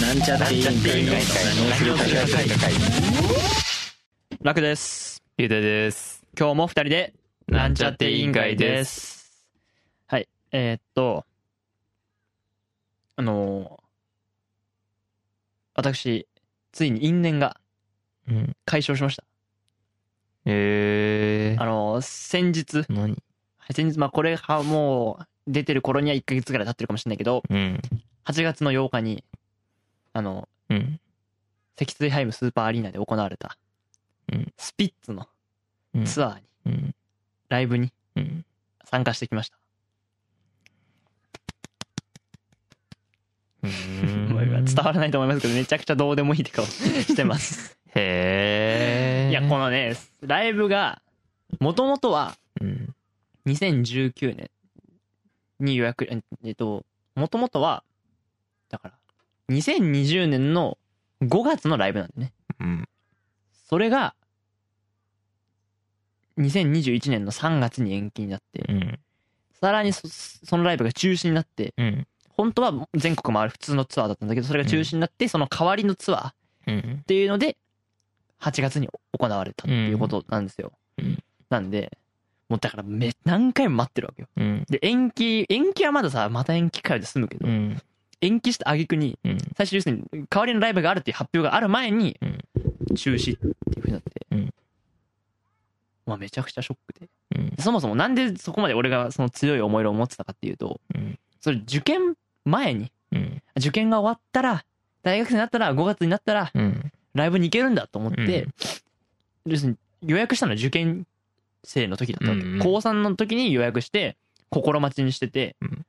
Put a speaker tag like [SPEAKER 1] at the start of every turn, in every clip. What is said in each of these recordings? [SPEAKER 1] なんちゃって委員会の
[SPEAKER 2] 楽です。
[SPEAKER 3] ゆうたです。
[SPEAKER 2] 今日も二人で、なんちゃって委員会です。はい。えーっと、あのー私、ついに因縁が
[SPEAKER 3] うん。
[SPEAKER 2] 解消しました。
[SPEAKER 3] え
[SPEAKER 2] あ
[SPEAKER 3] ー。
[SPEAKER 2] のー先日、
[SPEAKER 3] 何
[SPEAKER 2] 先日、まあこれはもう出てる頃には1ヶ月ぐらい経ってるかもしれないけど、
[SPEAKER 3] うん。
[SPEAKER 2] 8月の8日に、あの、
[SPEAKER 3] うん。
[SPEAKER 2] 積水ハイムスーパーアリーナで行われた
[SPEAKER 3] うん、
[SPEAKER 2] スピッツの
[SPEAKER 3] うん
[SPEAKER 2] ツアーに、
[SPEAKER 3] うん。
[SPEAKER 2] ライブに
[SPEAKER 3] うん。
[SPEAKER 2] 参加してきました。
[SPEAKER 3] うーん
[SPEAKER 2] もう 今伝わらないと思いますけどめちゃくちゃどうでもいいって顔して ます
[SPEAKER 3] へえ。
[SPEAKER 2] いやこのねライブがもともとは
[SPEAKER 3] うん。
[SPEAKER 2] 2019年に予約ええっともともとはだから2020年の5月のライブなんでね
[SPEAKER 3] うん。
[SPEAKER 2] それが2021年の3月に延期になって
[SPEAKER 3] うん。
[SPEAKER 2] さらにそそのライブが中止になって
[SPEAKER 3] うん。
[SPEAKER 2] 本当は全国回る普通のツアーだったんだけどそれが中止になってその代わりのツアー
[SPEAKER 3] うん
[SPEAKER 2] っ。ていうので8月に行われたっていうことなんですよ、
[SPEAKER 3] うん
[SPEAKER 2] なんでもうだからめ何回も待ってるわけよ
[SPEAKER 3] うん。
[SPEAKER 2] で延期延期はまださまた延期かよで済むけど、
[SPEAKER 3] うん。
[SPEAKER 2] 延期した挙句に
[SPEAKER 3] うん。
[SPEAKER 2] 最終要するに代わりのライブがあるっていう発表がある前に中止っていうふうになって、
[SPEAKER 3] うん
[SPEAKER 2] まあめちゃくちゃショックで
[SPEAKER 3] うん。
[SPEAKER 2] そもそもなんでそこまで俺がその強い思い入れを持ってたかっていうと
[SPEAKER 3] うん。
[SPEAKER 2] それ受験前に
[SPEAKER 3] うん。
[SPEAKER 2] 受験が終わったら大学生になったら5月になったら
[SPEAKER 3] うん。
[SPEAKER 2] ライブに行けるんだと思って、
[SPEAKER 3] う
[SPEAKER 2] 要するに予約したのは受験生の時だったわけ、
[SPEAKER 3] うんうん
[SPEAKER 2] 高3の時に予約して心待ちにしてて、
[SPEAKER 3] うん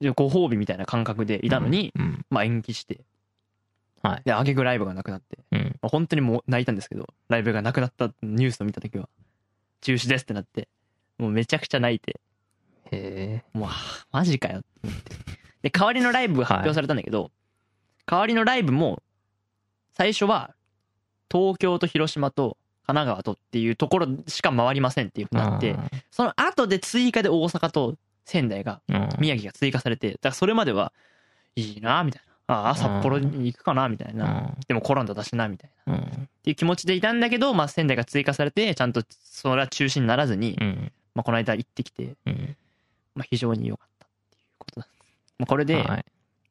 [SPEAKER 2] でご褒美みたいな感覚でいたのに、
[SPEAKER 3] うん。
[SPEAKER 2] まあ延期して、
[SPEAKER 3] はい
[SPEAKER 2] で挙句ライブがなくなって、
[SPEAKER 3] うん。
[SPEAKER 2] まあ本当にもう泣いたんですけどライブがなくなったニュースを見た時は中止ですってなってもうめちゃくちゃ泣いて
[SPEAKER 3] へ
[SPEAKER 2] もうあマジかよって思ってで代わりのライブが発表されたんだけど、代わりのライブも最初は東京と広島と神奈川とっていうところしか回りませんっていうふう
[SPEAKER 3] え。
[SPEAKER 2] になってその後で追加で大阪と仙台が
[SPEAKER 3] うん。
[SPEAKER 2] 宮城が追加されてだからそれまではいいなみたいなああ札幌に行くかなみたいなでもコロナだしなみたいな
[SPEAKER 3] うん。
[SPEAKER 2] っていう気持ちでいたんだけど、まあ、仙台が追加されてちゃんとそれは中止にならずに、
[SPEAKER 3] うん。
[SPEAKER 2] まあ、この間行ってきて、
[SPEAKER 3] うん。
[SPEAKER 2] まあ、非常に良かったっていうことなんですもうこれで、
[SPEAKER 3] はい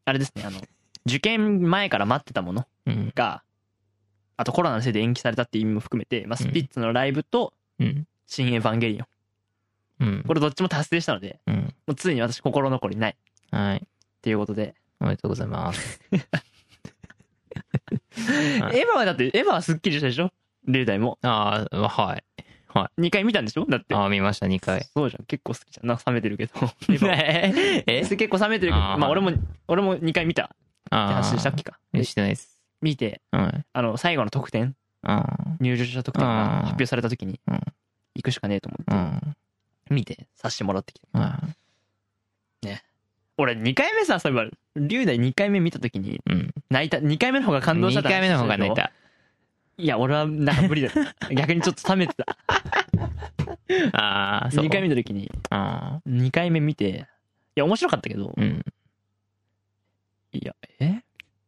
[SPEAKER 2] あれですね、あの、受験前から待ってたもの
[SPEAKER 3] うん。
[SPEAKER 2] が、あとコロナのせいで延期されたっていう意味も含めて、まあ、
[SPEAKER 3] うん
[SPEAKER 2] スピッツのライブと、
[SPEAKER 3] うん。
[SPEAKER 2] 新エヴァンゲリオン。
[SPEAKER 3] うん。
[SPEAKER 2] これどっちも達成したので、
[SPEAKER 3] うん。
[SPEAKER 2] もうついに私心残りないっ
[SPEAKER 3] はい。
[SPEAKER 2] ていうことで。
[SPEAKER 3] おめでとうございます。
[SPEAKER 2] エヴ
[SPEAKER 3] はい
[SPEAKER 2] ァはだって、エヴァはスッキリしたでしょ龍大も。
[SPEAKER 3] ああ、はい。
[SPEAKER 2] 2回見たんでしょだって。
[SPEAKER 3] ああ、見ました、2回。
[SPEAKER 2] そうじゃん。結構好きじゃん。なんか冷めてる けど。エヴァは
[SPEAKER 3] ええ
[SPEAKER 2] 結構冷めてるけど、
[SPEAKER 3] あー
[SPEAKER 2] まあ俺も、俺も2回見たって
[SPEAKER 3] あ
[SPEAKER 2] 話したっけか。
[SPEAKER 3] あ
[SPEAKER 2] で
[SPEAKER 3] してないです。
[SPEAKER 2] 見て、
[SPEAKER 3] うん。
[SPEAKER 2] あの、最後の特典、
[SPEAKER 3] あ
[SPEAKER 2] 入場者特典が発表された時に
[SPEAKER 3] うん、
[SPEAKER 2] 行くしかねえと思
[SPEAKER 3] あ。う
[SPEAKER 2] って、
[SPEAKER 3] ん。
[SPEAKER 2] 見て、さしてもらってきて。
[SPEAKER 3] うん
[SPEAKER 2] 俺2回目さそういえば龍大2回目見た時に
[SPEAKER 3] うん。
[SPEAKER 2] 泣いた2回目の方が感動したっ
[SPEAKER 3] 2
[SPEAKER 2] て
[SPEAKER 3] 回目の方が泣いた。
[SPEAKER 2] いや俺はなんか無 理だった逆にちょっと冷めてた
[SPEAKER 3] ああ、そう。
[SPEAKER 2] 2回見た時に
[SPEAKER 3] ああ。
[SPEAKER 2] 2回目見ていや面白かったけど
[SPEAKER 3] うん。
[SPEAKER 2] いやえ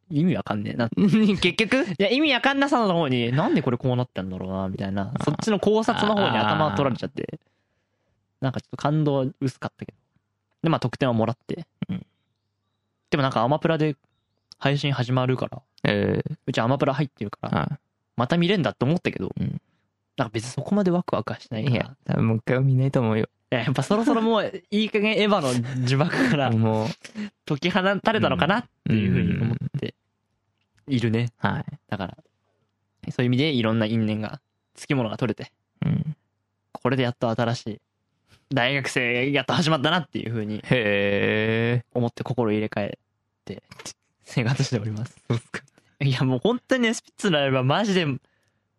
[SPEAKER 2] 意味わかんねえな
[SPEAKER 3] 結局
[SPEAKER 2] いや意味わかんなさの方になんでこれこうなったんだろうなみたいなそっちの考察の方に頭取られちゃってなんかちょっと感動は薄かったけどでまあ得点はもらって、
[SPEAKER 3] うん
[SPEAKER 2] でもなんかアマプラで配信始まるから
[SPEAKER 3] ええ。
[SPEAKER 2] うちアマプラ入ってるから
[SPEAKER 3] あ
[SPEAKER 2] また見れんだって思ったけど、
[SPEAKER 3] うん
[SPEAKER 2] なんか別にそこまでワクワクはしないからい
[SPEAKER 3] いや、多分もう一回は見ないと思うよ。
[SPEAKER 2] ややっぱそろそろもういい加減エヴァの呪縛から
[SPEAKER 3] もう。
[SPEAKER 2] 解き放たれたのかなっていうふうに思っているね
[SPEAKER 3] はい。
[SPEAKER 2] だからそういう意味でいろんな因縁がつきものが取れて
[SPEAKER 3] うん。
[SPEAKER 2] これでやっと新しい大学生やっと始まったなっていうふうに
[SPEAKER 3] へえ。
[SPEAKER 2] 思って心を入れ替えて生活しておりますいやもう本当にねスピッツのライブはマジで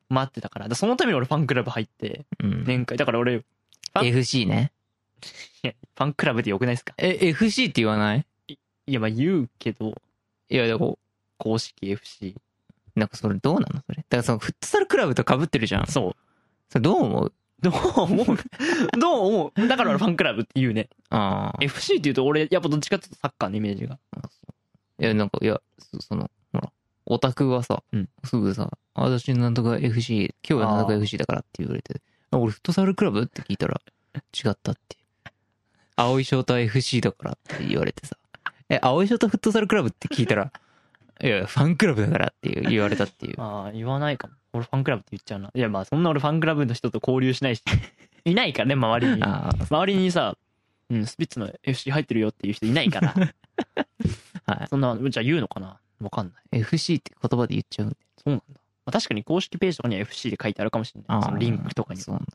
[SPEAKER 2] 待ってたからだからそのために俺ファンクラブ入って
[SPEAKER 3] うん。
[SPEAKER 2] 年会だから俺あ
[SPEAKER 3] FC ね。
[SPEAKER 2] いやファンクラブでよくないですか
[SPEAKER 3] え、FC って言わない
[SPEAKER 2] いや、まあ言うけど、
[SPEAKER 3] いや、だから、
[SPEAKER 2] 公式 FC。
[SPEAKER 3] なんかそれどうなのそれ。だからそのフットサルクラブと被ってるじゃん。
[SPEAKER 2] そう。
[SPEAKER 3] それどう思う
[SPEAKER 2] どう思うどう思うだから俺ファンクラブって言うね。
[SPEAKER 3] ああ。
[SPEAKER 2] FC って言うと俺、やっぱどっちかっていうとサッカーのイメージが
[SPEAKER 3] いや、なんか、いや、そその、ほら、オタクはさ、
[SPEAKER 2] うん
[SPEAKER 3] すぐさ、私なんとか FC、今日はなんとか
[SPEAKER 2] あー
[SPEAKER 3] FC だからって言われて、あ俺、フットサルクラブって聞いたら、違ったっていう。青い翔太 FC だからって言われてさ、え、青い翔太フットサルクラブって聞いたら、 いや、ファンクラブだからっていう言われたっていう。
[SPEAKER 2] ああ、言わないかも。俺ファンクラブって言っちゃうな。いや、まあそんな俺ファンクラブの人と交流し ないし、いないからね、周りに。
[SPEAKER 3] あー
[SPEAKER 2] 周りにさ、うん、スピッツの FC 入ってるよっていう人いない から。
[SPEAKER 3] はい
[SPEAKER 2] そんな、じゃあ言うのかなわかんない。
[SPEAKER 3] FC って言葉で言っちゃうんで。
[SPEAKER 2] そうなんだ。まあ、確かに公式ページとかには FC で書いてあるかもしれない。そのリンクとかに。
[SPEAKER 3] そうなんだ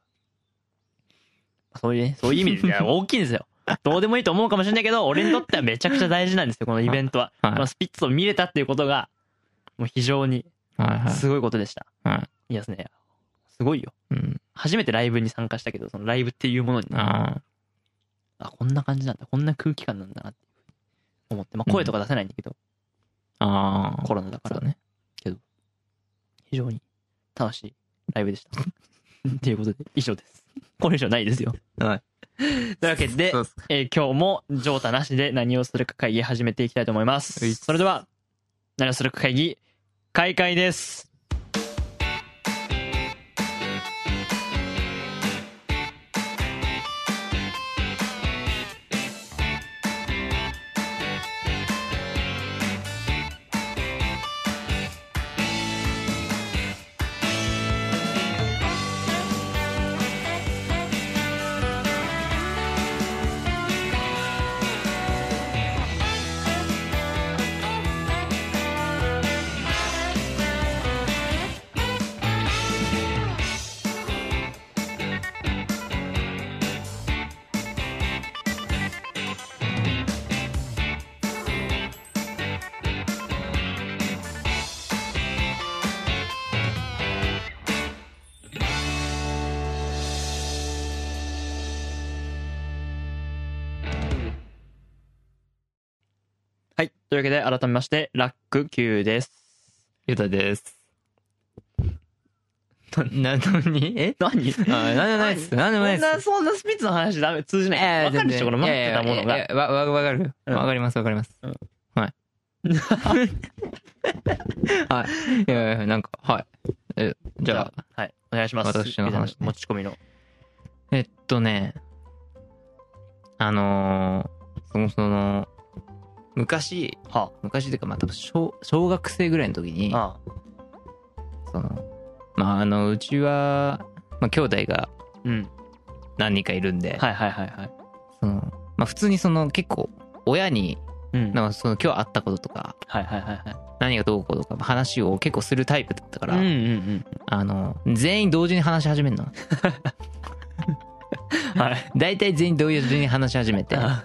[SPEAKER 2] そう いうね、そういう意味で、いや大きいんですよ。どうでもいいと思うかもしれないけ ど、俺にとってはめちゃくちゃ大事なんですよ、このイベントは。
[SPEAKER 3] はい
[SPEAKER 2] このスピッツを見れたっていうことが、もう非常に
[SPEAKER 3] はいはい。
[SPEAKER 2] すごいことでした。
[SPEAKER 3] はい
[SPEAKER 2] やですね、すごいよ。
[SPEAKER 3] うん。
[SPEAKER 2] 初めてライブに参加したけど、そのライブっていうものに、
[SPEAKER 3] あ
[SPEAKER 2] あ、こんな感じなんだ、こんな空気感なんだなって思って、まあ声とか出せないんだけど、
[SPEAKER 3] あ。ああ。
[SPEAKER 2] コロナだから
[SPEAKER 3] そう、ね。
[SPEAKER 2] 非常に楽しいライブでした。っていうことで、以上です。 これ以上ないですよ。
[SPEAKER 3] はい。
[SPEAKER 2] というわけで
[SPEAKER 3] そうっす、
[SPEAKER 2] えー今日もジョータなしで何をするか会議始めていきたいと思いま
[SPEAKER 3] はい
[SPEAKER 2] す。それでは、何をするか会議、開会です。はい。というわけで、改めまして、ラック Q です。
[SPEAKER 3] ゆたです。な、なにえ
[SPEAKER 2] 何
[SPEAKER 3] あーなんでもないっす。なんでもないっす。
[SPEAKER 2] そんな、そんなスピッツの話ダメ、通じない。わかるでしょ、この待ってたもの
[SPEAKER 3] いやいやいや
[SPEAKER 2] が。
[SPEAKER 3] いやわ、わわかる。
[SPEAKER 2] うん
[SPEAKER 3] わかります、わかります。
[SPEAKER 2] うん
[SPEAKER 3] はい。はい。いやいやいや、なんか、はい。え、じゃあ、、
[SPEAKER 2] はい。お願いします。
[SPEAKER 3] 私の話ね
[SPEAKER 2] 持ち込みの。
[SPEAKER 3] えっとね、あのー、そもそも、昔、
[SPEAKER 2] は
[SPEAKER 3] 昔っていうか、まあ、多分小、小学生ぐらいの時に、
[SPEAKER 2] あ。ああ。
[SPEAKER 3] その、まあ、あの、うちは、まあ、兄弟が
[SPEAKER 2] うん。
[SPEAKER 3] 何人かいるんで、
[SPEAKER 2] はいはいはいはい。
[SPEAKER 3] その、まあ、普通にその、結構、親に、
[SPEAKER 2] うん。
[SPEAKER 3] なんかその、今日会ったこととか、
[SPEAKER 2] はいはいはいはい。
[SPEAKER 3] 何がどうこうとか話を結構するタイプだったから、
[SPEAKER 2] うんうん
[SPEAKER 3] あの全員同時に話し始めるの
[SPEAKER 2] うん。はい。
[SPEAKER 3] 大体全員同時に話し始めて
[SPEAKER 2] あ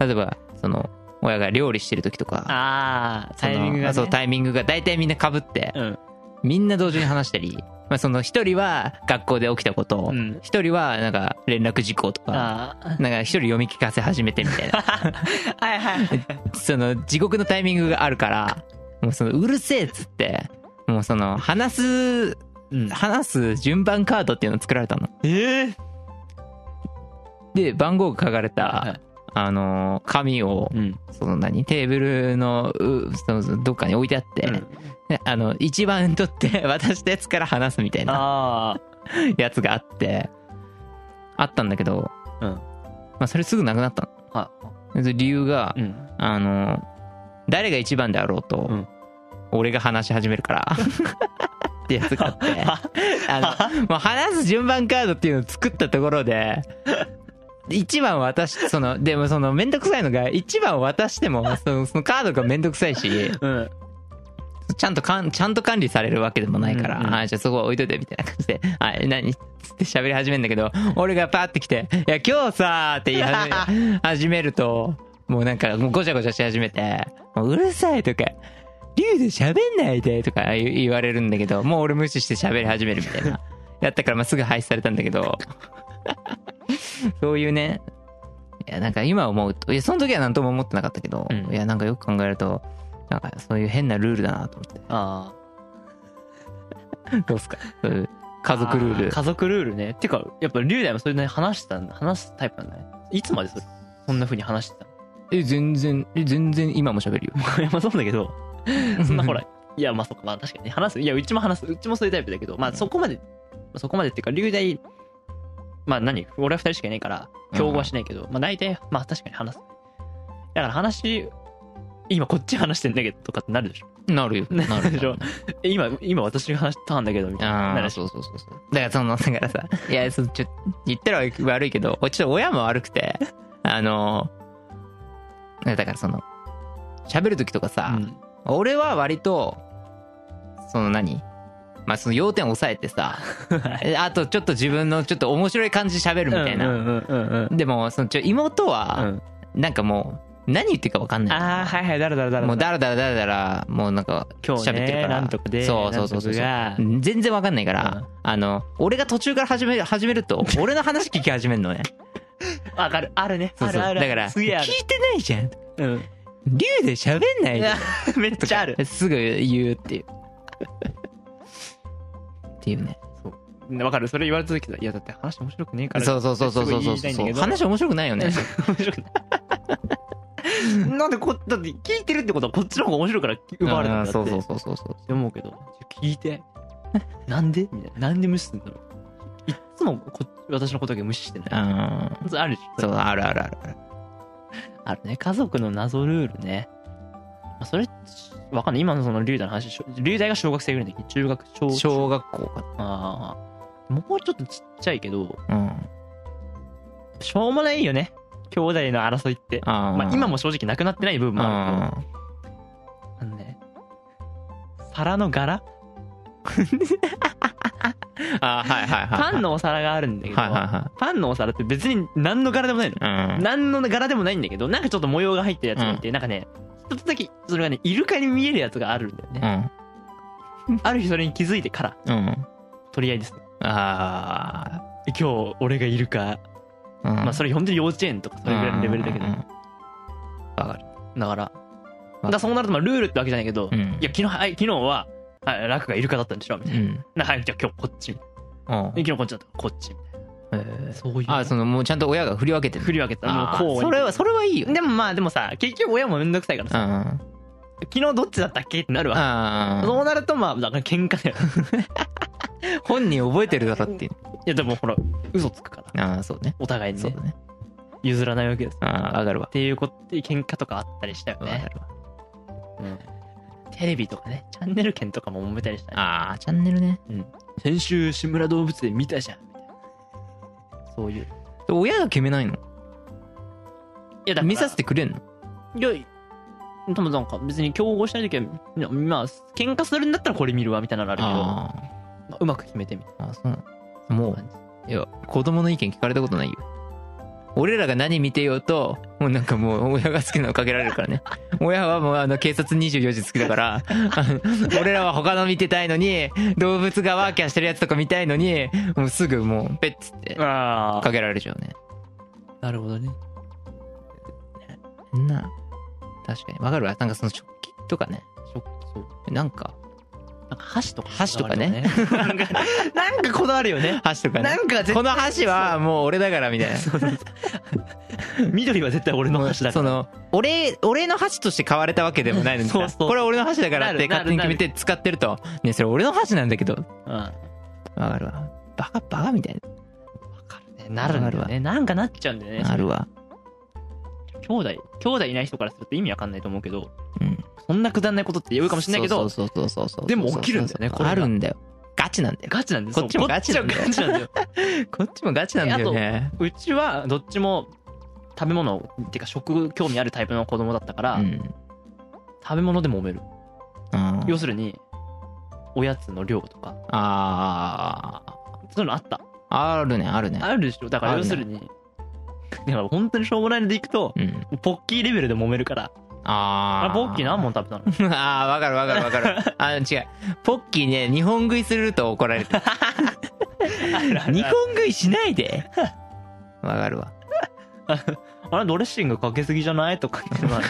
[SPEAKER 3] 例えばその親が料理してる時とか
[SPEAKER 2] あ、
[SPEAKER 3] そ
[SPEAKER 2] タ
[SPEAKER 3] の
[SPEAKER 2] イミングが、ね。
[SPEAKER 3] そうタイミングが大体みんなかぶって、
[SPEAKER 2] うん。
[SPEAKER 3] みんな同時に話したり、まあ、その一人は学校で起きたことを
[SPEAKER 2] うん
[SPEAKER 3] 一、人はなんか連絡事項とか
[SPEAKER 2] ああ。
[SPEAKER 3] なんか一人読み聞かせ始めてみたいな
[SPEAKER 2] はいはいはい。
[SPEAKER 3] その地獄のタイミングがあるからもうそのうるせえっつってもうその話す
[SPEAKER 2] うん、
[SPEAKER 3] 話す順番カードっていうのを作られたの。
[SPEAKER 2] ええ
[SPEAKER 3] で、番号が書かれた、
[SPEAKER 2] はいはい
[SPEAKER 3] あのー紙を、
[SPEAKER 2] うん。
[SPEAKER 3] その何テーブルのうそのどっかに置いてあって、であの、一番取って 渡したやつから話すみたいな
[SPEAKER 2] ああ。
[SPEAKER 3] やつがあって、あったんだけど、
[SPEAKER 2] うん
[SPEAKER 3] まあ、それすぐなくなった
[SPEAKER 2] は
[SPEAKER 3] の。で理由が、
[SPEAKER 2] うん。
[SPEAKER 3] あのー誰が一番であろうと、
[SPEAKER 2] うん
[SPEAKER 3] 俺が話し始めるから。ってやつがあって。あの、もう話す順番カードっていうのを作ったところで、1番渡し、その、でもそのめんどくさいのが、1番渡しても、そのそのカードがめんどくさいし、
[SPEAKER 2] うん。
[SPEAKER 3] ちゃんとかん、ちゃんと管理されるわけでもないから、
[SPEAKER 2] うんうん
[SPEAKER 3] あじゃあそこは置いといてみたいな感じで、 あ何つって喋り始めるんだけど、俺がパーって来て、いや、今日さーって言い 始め始めると、もうなんか、もうごちゃごちゃし始めて、もううるさいとか、竜で喋んないでとか言言われるんだけど、もう俺無視して喋り始めるみたいな。やったから、まあ、すぐ廃止されたんだけど、そういうね、いや、なんか今思うと、いや、その時は何とも思ってなかったけど、
[SPEAKER 2] うん
[SPEAKER 3] いや、なんかよく考えると、なんかそういう変なルールだなと思って。
[SPEAKER 2] ああ。
[SPEAKER 3] どうっすかそういう家族ルール。
[SPEAKER 2] 家族ルールね。てか、やっぱ、龍大もそれで話してたんだ話すタイプなんだね。いつまでそれそんな風に話してたの
[SPEAKER 3] え、全然、え、全然今も喋るよ。
[SPEAKER 2] やまあそうだけどそんなほらいやまあそうかまあ確かにね話すいやうちも話すうちもそういうタイプだけどまあそこまで、まあそこまでっていうか流大まあ何俺は2人しかいないから競合はしないけど、まあ大体まあ確かに話すだから話今こっち話してんだけどとかってなるでしょ
[SPEAKER 3] なるよ。 なる
[SPEAKER 2] でしょえ 今今私が話したんだけどみたいな
[SPEAKER 3] あ
[SPEAKER 2] な
[SPEAKER 3] あ、
[SPEAKER 2] るし
[SPEAKER 3] そうそうそうそう。だからその、だからさ、いや、そうちょ言ったら悪いけど、おちょっと親も悪くて、あの、だからその、喋る時とかさ、
[SPEAKER 2] うん
[SPEAKER 3] 俺は割と、その何まあその要点を抑え てさ、えあとちょっと自分のちょっと面白い感じで喋るみたいな。
[SPEAKER 2] うんうんうんうん
[SPEAKER 3] でも、そのちょ妹
[SPEAKER 2] う
[SPEAKER 3] は、
[SPEAKER 2] ん
[SPEAKER 3] なんかもう、何言ってるか分かんない。
[SPEAKER 2] ああはいはいだらだらだら
[SPEAKER 3] もうだらだらだらだら、もうなんか、
[SPEAKER 2] 今日
[SPEAKER 3] 喋ってる
[SPEAKER 2] ね
[SPEAKER 3] か
[SPEAKER 2] な
[SPEAKER 3] ら
[SPEAKER 2] んとかで
[SPEAKER 3] そうそうそうそう
[SPEAKER 2] なんとかが
[SPEAKER 3] 全然分かんないから、
[SPEAKER 2] うん
[SPEAKER 3] あの、俺が途中から始める、始める と、俺の話聞き始めるのね。
[SPEAKER 2] わかるあるね
[SPEAKER 3] そうそう
[SPEAKER 2] あるある
[SPEAKER 3] だから、
[SPEAKER 2] す
[SPEAKER 3] 聞い
[SPEAKER 2] げ
[SPEAKER 3] て
[SPEAKER 2] えある
[SPEAKER 3] ないじゃん。
[SPEAKER 2] うん
[SPEAKER 3] 竜で喋んない
[SPEAKER 2] い
[SPEAKER 3] じゃん
[SPEAKER 2] や めっちゃある
[SPEAKER 3] すぐ言うっていう。 っていうね。
[SPEAKER 2] ねわかるそれ言われた時だいやだって話面白くねえから
[SPEAKER 3] そうそうそうそうそうそ
[SPEAKER 2] すごい言
[SPEAKER 3] う
[SPEAKER 2] いたいんだけど
[SPEAKER 3] 話面白くないよね。
[SPEAKER 2] 面白く ないなんでこだって聞いてるってことはこっちの方が面白いから奪われたんだ
[SPEAKER 3] あ
[SPEAKER 2] っ
[SPEAKER 3] ー
[SPEAKER 2] て
[SPEAKER 3] そうそうそうそうそう。
[SPEAKER 2] って思うけど聞いてなんでみたいななんで無視するんだろういっつもこ私のことだけ無視してない
[SPEAKER 3] あー
[SPEAKER 2] あるでし
[SPEAKER 3] そ
[SPEAKER 2] ょ
[SPEAKER 3] う、あるあるあるある。
[SPEAKER 2] あるね家族の謎ルールねまあそれわかんない今のその龍大の話しょ龍大が小学生ぐらいの時中学小
[SPEAKER 3] 小学校か。
[SPEAKER 2] ああもうちょっとちっちゃいけど
[SPEAKER 3] うん。
[SPEAKER 2] しょうもないよね兄弟の争いって
[SPEAKER 3] あー
[SPEAKER 2] まあ、今も正直なくなってない部分もあるけど
[SPEAKER 3] あ
[SPEAKER 2] あのね、皿の柄
[SPEAKER 3] ーあー、はいはいはいはい。
[SPEAKER 2] パンのお皿があるんだけど、
[SPEAKER 3] はいはいは
[SPEAKER 2] パンのお皿って別に何の柄でもないの。
[SPEAKER 3] い。うん。
[SPEAKER 2] 何の柄でもないんだけど、なんかちょっと模様が入ったやつがいて、なんかね、一つだけ、それがね、イルカに見えるやつがあるんだよね。ある日それに気づいてから、
[SPEAKER 3] うん。うん。
[SPEAKER 2] 取り合いですね。
[SPEAKER 3] あ
[SPEAKER 2] 今日、俺がイルカ。
[SPEAKER 3] あ。
[SPEAKER 2] まあ、それ本当に幼稚園とか、それぐらいのレベルだけど
[SPEAKER 3] うん。わかる。
[SPEAKER 2] だから、だからそうなると、まあ、ルールってわけじゃないけど、
[SPEAKER 3] うん
[SPEAKER 2] いや、昨日、はい昨日は、はい楽がイルカだったんでしょみた
[SPEAKER 3] う
[SPEAKER 2] い
[SPEAKER 3] ん。
[SPEAKER 2] な。はい、じゃあ今日こっち。
[SPEAKER 3] うん
[SPEAKER 2] 昨日こっちだったこっち。
[SPEAKER 3] えー
[SPEAKER 2] そういう。
[SPEAKER 3] あ、その、もうちゃんと親が振り分けてる。
[SPEAKER 2] 振り分けた。も
[SPEAKER 3] あ
[SPEAKER 2] う
[SPEAKER 3] ー
[SPEAKER 2] こう。
[SPEAKER 3] それは、それはいいよ。
[SPEAKER 2] でもまあでもさ結局親もめんどくさいから
[SPEAKER 3] うん
[SPEAKER 2] さ、。昨日どっちだったっけってなるわ、
[SPEAKER 3] あ
[SPEAKER 2] そうなるとまあだから喧嘩だよ
[SPEAKER 3] ー本人覚えてるだろっていう。
[SPEAKER 2] いやでもほら嘘つくから
[SPEAKER 3] ああ、そうね。
[SPEAKER 2] お互いに
[SPEAKER 3] そう
[SPEAKER 2] ね
[SPEAKER 3] だね。
[SPEAKER 2] 譲らないわけです
[SPEAKER 3] ああ、わかるわ
[SPEAKER 2] っ。ていうことって喧嘩とかあったりしたよ
[SPEAKER 3] わか
[SPEAKER 2] ね、
[SPEAKER 3] るわ。
[SPEAKER 2] テレビとかねチャンネル権とかも揉めたりしたね
[SPEAKER 3] ああ、チャンネルね。
[SPEAKER 2] 先週志村動物園見たじゃんみたいなそういう
[SPEAKER 3] 親が決めないの
[SPEAKER 2] いやだから
[SPEAKER 3] 見させてくれんの
[SPEAKER 2] いやでもなんか別に競合したい時はまあ喧嘩するんだったらこれ見るわみたいなのあるけど
[SPEAKER 3] あ
[SPEAKER 2] まあうまく決めてみたい
[SPEAKER 3] ーあー、そうなの。も
[SPEAKER 2] な
[SPEAKER 3] う
[SPEAKER 2] 感、じ
[SPEAKER 3] いや、子供の意見聞かれたことないよ。俺らが何見てようと、もうなんかもう親が好きなのかけられるか らね。親はもうあの警察24時好きだから、あの俺らは他の見てたいのに、動物がワーキャーしてるやつとか見たいのに、もうすぐもうペッつって
[SPEAKER 2] あ
[SPEAKER 3] かけられちゃうね。
[SPEAKER 2] あなるほどね
[SPEAKER 3] な確かに。わかるわ。なんかその食器とかね。
[SPEAKER 2] そそう
[SPEAKER 3] なんか、
[SPEAKER 2] なんか箸とか
[SPEAKER 3] 箸とかね
[SPEAKER 2] こだわ るよねなんかなんかこだわるよね
[SPEAKER 3] 箸とか
[SPEAKER 2] な
[SPEAKER 3] ね。
[SPEAKER 2] んか絶
[SPEAKER 3] この箸はもう俺だからみたいな。
[SPEAKER 2] 対緑は絶対俺の箸だか
[SPEAKER 3] そ
[SPEAKER 2] ら
[SPEAKER 3] の俺俺の箸として買われたわけでもないのにさ
[SPEAKER 2] そうそう
[SPEAKER 3] これ俺の箸だからっ
[SPEAKER 2] な
[SPEAKER 3] て
[SPEAKER 2] るなる
[SPEAKER 3] 勝手に決めて使ってるとねそれ俺の箸なんだけど
[SPEAKER 2] うん
[SPEAKER 3] わかるわバカバカみたい
[SPEAKER 2] ねなるんだよねなんかなっちゃうんだよね
[SPEAKER 3] なあるわ
[SPEAKER 2] 兄弟兄弟いない人からすると意味わかんないと思うけど
[SPEAKER 3] うん
[SPEAKER 2] そんなくだんないことって言うかもしれないけど
[SPEAKER 3] そうそうそうそうそう
[SPEAKER 2] でも起きるんだよねこれが
[SPEAKER 3] あるんだよガチなん だよ
[SPEAKER 2] ガチなんですよ
[SPEAKER 3] こっちもガチなんだよ
[SPEAKER 2] こっちもガチなんだよ
[SPEAKER 3] こっちもガチなんだよね
[SPEAKER 2] うちはどっちも食べ物っていうか食興味あるタイプの子供だったから、
[SPEAKER 3] うん
[SPEAKER 2] 食べ物で揉める
[SPEAKER 3] あー
[SPEAKER 2] 要するにおやつの量とか
[SPEAKER 3] あ
[SPEAKER 2] そういうのあった
[SPEAKER 3] ーあるねあるね
[SPEAKER 2] あるでしょだから
[SPEAKER 3] ある
[SPEAKER 2] 要
[SPEAKER 3] ね
[SPEAKER 2] するに、だから本当にしょうもないのでいくと、
[SPEAKER 3] うん
[SPEAKER 2] ポッキーレベルで揉めるから、あ
[SPEAKER 3] あ
[SPEAKER 2] れ
[SPEAKER 3] あ
[SPEAKER 2] ポッキー何本食 べたの
[SPEAKER 3] ああわかるわかるわ かるあの違うポッキーね日本食いすると怒られる日本食いしな いでわかるわ
[SPEAKER 2] あれドレッシングかけすぎじゃないとか言ってま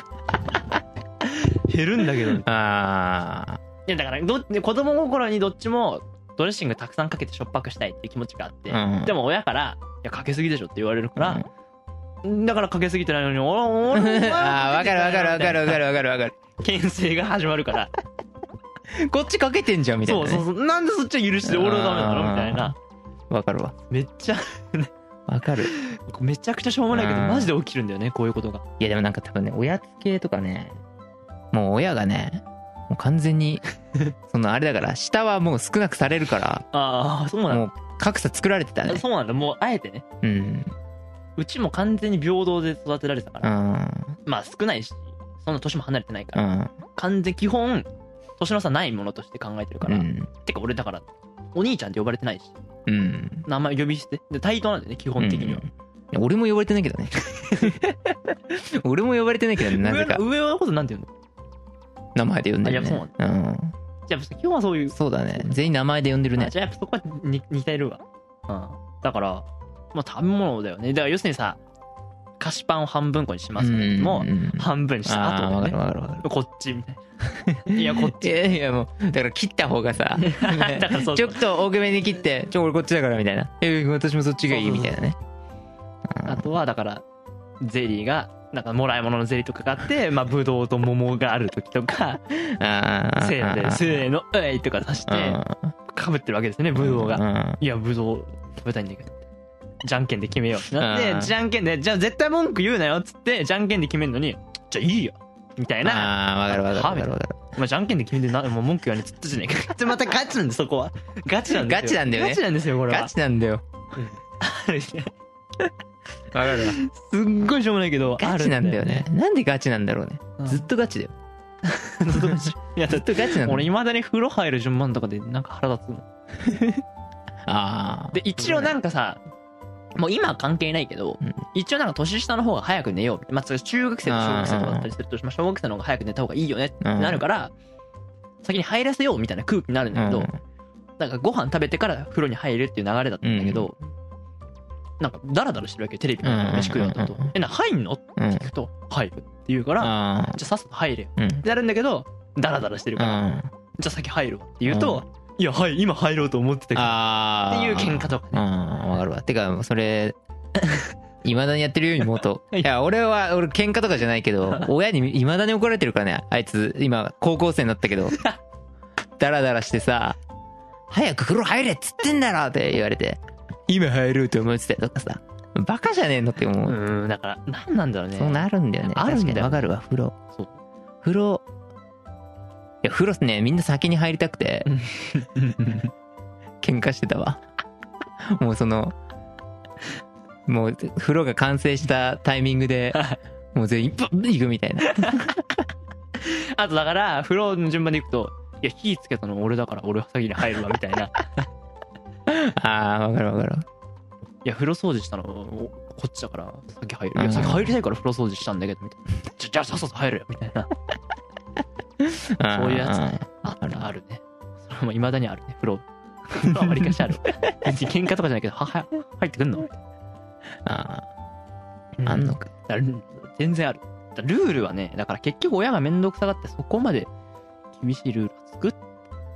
[SPEAKER 2] あ 減るんだけどい
[SPEAKER 3] あ
[SPEAKER 2] やだからど子供心にどっちもドレッシングたくさんかけてしょっぱくしたいっていう気持ちがあって、
[SPEAKER 3] うん
[SPEAKER 2] でも親から「いやかけすぎでしょ」って言われるから、
[SPEAKER 3] あ
[SPEAKER 2] だからかけすぎてないのに、お俺、俺、
[SPEAKER 3] ああ、わかるわかるわかるわか
[SPEAKER 2] る。
[SPEAKER 3] るわかるわかる。
[SPEAKER 2] 牽制が始まるから、
[SPEAKER 3] こっちかけてんじゃんみたい
[SPEAKER 2] そう
[SPEAKER 3] な、ね。
[SPEAKER 2] そうそう、なんでそっちは許して俺はダメなのみたいな。
[SPEAKER 3] わかるわ。
[SPEAKER 2] めっちゃ、
[SPEAKER 3] わかる。
[SPEAKER 2] めちゃくちゃしょうもないけど、
[SPEAKER 3] うん
[SPEAKER 2] マジで起きるんだよね、こういうことが。
[SPEAKER 3] いやでもなんか多分ね、おやつ系とかね、もう親がね、もう完全 に、そのあれだから、下はもう少なくされるか
[SPEAKER 2] ああ、そう
[SPEAKER 3] ら、
[SPEAKER 2] なん
[SPEAKER 3] もう格差作られてた
[SPEAKER 2] だ。
[SPEAKER 3] ね。
[SPEAKER 2] そうなんだ、もうあえてね。
[SPEAKER 3] うん。
[SPEAKER 2] うちも完全に平等で育てられてたか
[SPEAKER 3] う
[SPEAKER 2] ら、
[SPEAKER 3] ん。
[SPEAKER 2] まあ少ないし、そんな年も離れてないか
[SPEAKER 3] う
[SPEAKER 2] ら、
[SPEAKER 3] ん。
[SPEAKER 2] 完全、基本、年の差ないものとして考えてるか
[SPEAKER 3] う
[SPEAKER 2] ら、
[SPEAKER 3] ん。
[SPEAKER 2] てか俺だから、お兄ちゃんって呼ばれてないし、
[SPEAKER 3] うん。
[SPEAKER 2] 名前呼び捨て。で、対等なんだよね、基本的には。
[SPEAKER 3] うん俺も呼ばれてないけ どね。俺も呼ばれてないけどね、なぜか
[SPEAKER 2] 上。の上のことなんて言うの
[SPEAKER 3] 名前で呼んでる、
[SPEAKER 2] あいや
[SPEAKER 3] ね。うん。
[SPEAKER 2] じゃあ、基本はそういう。
[SPEAKER 3] そうだね。全員名前で呼んでる
[SPEAKER 2] あ
[SPEAKER 3] ね。
[SPEAKER 2] じゃあやっぱそこはに似てるわ。うん。だから、まあ食べ物だよね。だから要するにさ、菓子パンを半分こにしますけれども、
[SPEAKER 3] ん
[SPEAKER 2] 半分した
[SPEAKER 3] ああ、
[SPEAKER 2] 後
[SPEAKER 3] わ
[SPEAKER 2] だよ
[SPEAKER 3] かる
[SPEAKER 2] ね。
[SPEAKER 3] わかるわかる。
[SPEAKER 2] こっちみたいな。 いや、こっ
[SPEAKER 3] い
[SPEAKER 2] ち。
[SPEAKER 3] やいやもう、だから切った方がさ、
[SPEAKER 2] だからそう
[SPEAKER 3] ちょっと多めに切って、ちょ、俺こっちだからみたいな。え、私もそっちがいい
[SPEAKER 2] そうそ
[SPEAKER 3] み
[SPEAKER 2] うそ
[SPEAKER 3] た
[SPEAKER 2] う
[SPEAKER 3] いなね。
[SPEAKER 2] あとは、だから、ゼリーが、なんかもらい物のゼリーとかがあ って、まあ、ぶどうと桃がある時とか、
[SPEAKER 3] ああ。
[SPEAKER 2] せーで、せーの、えいとか出して、かぶってるわけですね、ぶどうが。
[SPEAKER 3] が。
[SPEAKER 2] いや、ぶどう食べたいんだけど。じゃんけんで決めようってなっ
[SPEAKER 3] うん
[SPEAKER 2] て、じゃんけんで、じゃあ絶対文句言うなよっつって、じゃんけんで決めるのに、じゃあいいよみたいな、
[SPEAKER 3] ああ、わかるわかるわかるわか
[SPEAKER 2] まあ、じゃんけんで決めてな、もう文句言わねえっつったじゃねえか。で またガチなんで、そこは。ガチなんですよ。
[SPEAKER 3] ガチなんだよね
[SPEAKER 2] ガチなんですよ、こ
[SPEAKER 3] る。
[SPEAKER 2] れ
[SPEAKER 3] ガ
[SPEAKER 2] は。
[SPEAKER 3] チなんだよ。
[SPEAKER 2] す
[SPEAKER 3] わかるわ。
[SPEAKER 2] っごいしょうもないけど、
[SPEAKER 3] ガチなんだよね。なんでガチなんだろうね。
[SPEAKER 2] うん
[SPEAKER 3] ずっとガチだよ。
[SPEAKER 2] あるんだよね。 いや、だ
[SPEAKER 3] ず
[SPEAKER 2] っ
[SPEAKER 3] ってとガチなんだ
[SPEAKER 2] 俺、
[SPEAKER 3] よ。
[SPEAKER 2] いまだに風呂入る順番とかで、なんか腹立つもん
[SPEAKER 3] ああ。
[SPEAKER 2] で、一応なんかさ、もう今は関係ないけど、
[SPEAKER 3] うん
[SPEAKER 2] 一応なんか年下の方が早く寝よう。まあ、それ中学生と小学生とかだったりすると、まあ、小学生の方が早く寝た方がいいよねってなるから、先に入らせようみたいな空気になるんだけど、なんかご飯食べてから風呂に入るっていう流れだったんだけど、なんかダラダラしてるわけよテレビ見ながら飯食い終わったと、
[SPEAKER 3] うんうんうんうん
[SPEAKER 2] えな入んのって
[SPEAKER 3] うん。うん
[SPEAKER 2] 聞くと「入る」って言うから「じゃ
[SPEAKER 3] ああ。
[SPEAKER 2] あさっさと入れよ」
[SPEAKER 3] うん。
[SPEAKER 2] ってなるんだけどダラダラしてる
[SPEAKER 3] う
[SPEAKER 2] から「
[SPEAKER 3] ん。
[SPEAKER 2] じゃあ先入るわ」って言うと「いやはい今入ろうと思ってたけど」
[SPEAKER 3] あ
[SPEAKER 2] って
[SPEAKER 3] あ。
[SPEAKER 2] いう喧嘩とか
[SPEAKER 3] うん、わかるわ。てか、それ、 いまだにやってるようにも っと。
[SPEAKER 2] い
[SPEAKER 3] いや、俺は、俺、喧嘩とかじゃない けど、親にいまだに怒られてるからね。あいつ、今、高校生になったけ ど、ダラダラしてさ、早く風呂入れっつってんだろって言われて、今入ると思ってたよとかさ、バカじゃねえのって思う。
[SPEAKER 2] うんだから何なんだろうね
[SPEAKER 3] そうなるんだよね。
[SPEAKER 2] あるんだよ
[SPEAKER 3] 確かにわかるわ、風呂
[SPEAKER 2] そう。
[SPEAKER 3] 風呂、いや、風呂っすね、みんな先に入りたくて、喧嘩してたわもうそのもう風呂が完成したタイミングでもう全員ブッ行くみたいな
[SPEAKER 2] あとだから風呂の順番でいくと「いや火つけたの俺だから俺は先に入るわ」み たいな
[SPEAKER 3] あーわかるわかる
[SPEAKER 2] いや、風呂掃除したの、おこっちだから、先入る。い
[SPEAKER 3] うん
[SPEAKER 2] や、先入りたいから風呂掃除したんだけど、みたいな。じゃ、じゃあさっさと入るよ、みたいな。そういうやつねあったらあるね。それも未だにあるね、風呂。風呂は割りか しある。別に喧嘩とかじゃないけど、は、は、入ってくんの
[SPEAKER 3] あーあんのか
[SPEAKER 2] だから全然ある。だからルールはね、だから結局親がめんどくさがって、そこまで厳しいルールを作っ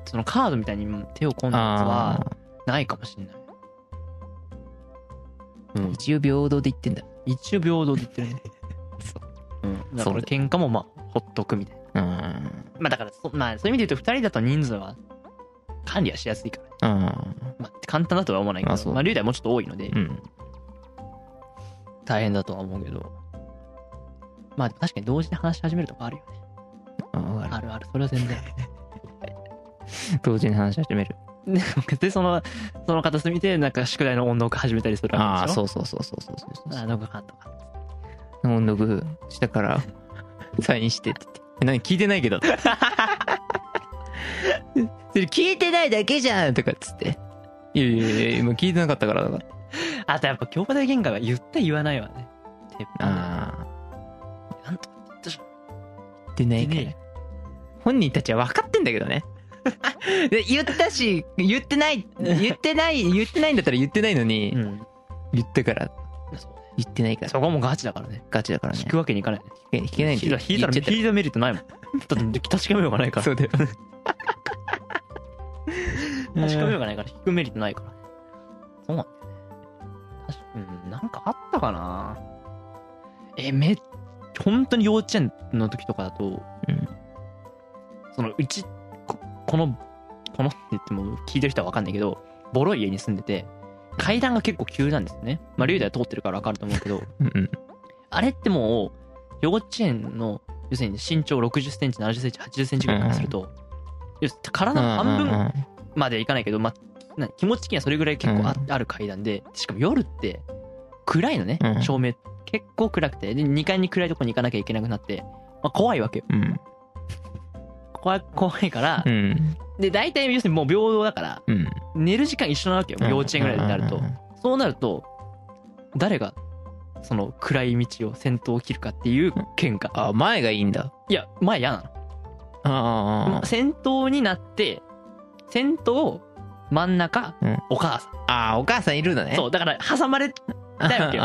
[SPEAKER 2] そのカードみたいに手を込んだやつ
[SPEAKER 3] あ
[SPEAKER 2] はないかもしれない。
[SPEAKER 3] ー一応平等で言ってんだ
[SPEAKER 2] 一応平等で言ってるね。
[SPEAKER 3] そ
[SPEAKER 2] うん。だから喧嘩もまあ、ほっとくみたいな。
[SPEAKER 3] うん
[SPEAKER 2] まあだからそ、まあ、そういう意味で言うと、2人だと人数は管理はしやすいから、
[SPEAKER 3] うん
[SPEAKER 2] まあ、簡単だとは思わないけ
[SPEAKER 3] あそ
[SPEAKER 2] ど、
[SPEAKER 3] う
[SPEAKER 2] まあ、龍大はもうちょっと多いので
[SPEAKER 3] う、ん
[SPEAKER 2] 大変だとは思うけど、まあ、確かに同時に話し始めるとかあるよね。
[SPEAKER 3] あーわか
[SPEAKER 2] あるある、それは全然。
[SPEAKER 3] る同時に話し始める
[SPEAKER 2] ねで、その、その片隅で、なんか宿題の音読始めたりする
[SPEAKER 3] あ
[SPEAKER 2] わけ
[SPEAKER 3] あ
[SPEAKER 2] でしょ。
[SPEAKER 3] そうそうそうそうそうそうそう
[SPEAKER 2] あ、なんかかんとか。
[SPEAKER 3] 音読下 からサインしてって言ってえ何聞いてないけ どそれ聞いてないだけじゃんとかっつっていやいやいや今聞いてなかったからとか
[SPEAKER 2] あとやっぱ、兄弟喧嘩は言って言わないわね。鉄板
[SPEAKER 3] あ
[SPEAKER 2] でなんとか言ったじ
[SPEAKER 3] あ言ってな
[SPEAKER 2] ゃ
[SPEAKER 3] い
[SPEAKER 2] ん。
[SPEAKER 3] から
[SPEAKER 2] ね
[SPEAKER 3] 本人たちは分かってんだけど ねで言ったし言ってない言ってない言ってないんだったら言ってないの
[SPEAKER 2] う
[SPEAKER 3] に
[SPEAKER 2] ん。
[SPEAKER 3] 言ったから
[SPEAKER 2] そうね
[SPEAKER 3] 言ってないから
[SPEAKER 2] そこもガチだからね。
[SPEAKER 3] ガチだからね
[SPEAKER 2] 引くわけにいかないね。
[SPEAKER 3] 引けないんだ
[SPEAKER 2] 引い
[SPEAKER 3] よ
[SPEAKER 2] た引いたら、
[SPEAKER 3] 言っちゃった
[SPEAKER 2] 引いたメリットないもん。だって、確かめようがないから。
[SPEAKER 3] そうだよ
[SPEAKER 2] 確かめようがないから、引くメリットないから。そうなんだよね。確か、うん、なんかあったかなえめ本当に幼稚園の時とかだと、
[SPEAKER 3] うん
[SPEAKER 2] そのうちここのこのって言っても聞いてる人は分かんないけどボロい家に住んでて階段が結構急なんですよねまあ龍大は通ってるから分かると思うけど
[SPEAKER 3] うんうん
[SPEAKER 2] あれってもう幼稚園の要するに身長6 0センチ7 0センチ8 0センチぐらいからすると、要するに体の半分
[SPEAKER 3] うんうんうん
[SPEAKER 2] まではいかないけど、まあ、な気持ち的にはそれぐらい結構あ,、
[SPEAKER 3] う
[SPEAKER 2] ある階段でしかも夜って暗いのね、
[SPEAKER 3] うん
[SPEAKER 2] 照明結構暗くてで2階に暗いとこに行かなきゃいけなくなって、まあ、怖いわけよ
[SPEAKER 3] うん
[SPEAKER 2] 怖い怖いから、
[SPEAKER 3] うん
[SPEAKER 2] で大体要するにもう平等だから
[SPEAKER 3] うん
[SPEAKER 2] 寝る時間一緒なわけよ幼稚園ぐらいになると、
[SPEAKER 3] うんうん
[SPEAKER 2] そうなると誰がその暗い道を先頭を切るかっていう喧嘩
[SPEAKER 3] あ前がいいんだ
[SPEAKER 2] いや前嫌な
[SPEAKER 3] ああ
[SPEAKER 2] の先頭になって先頭真ん中、
[SPEAKER 3] うん
[SPEAKER 2] お母さん
[SPEAKER 3] ああああお母さんいるのね
[SPEAKER 2] そうだから挟まれだよ
[SPEAKER 3] よ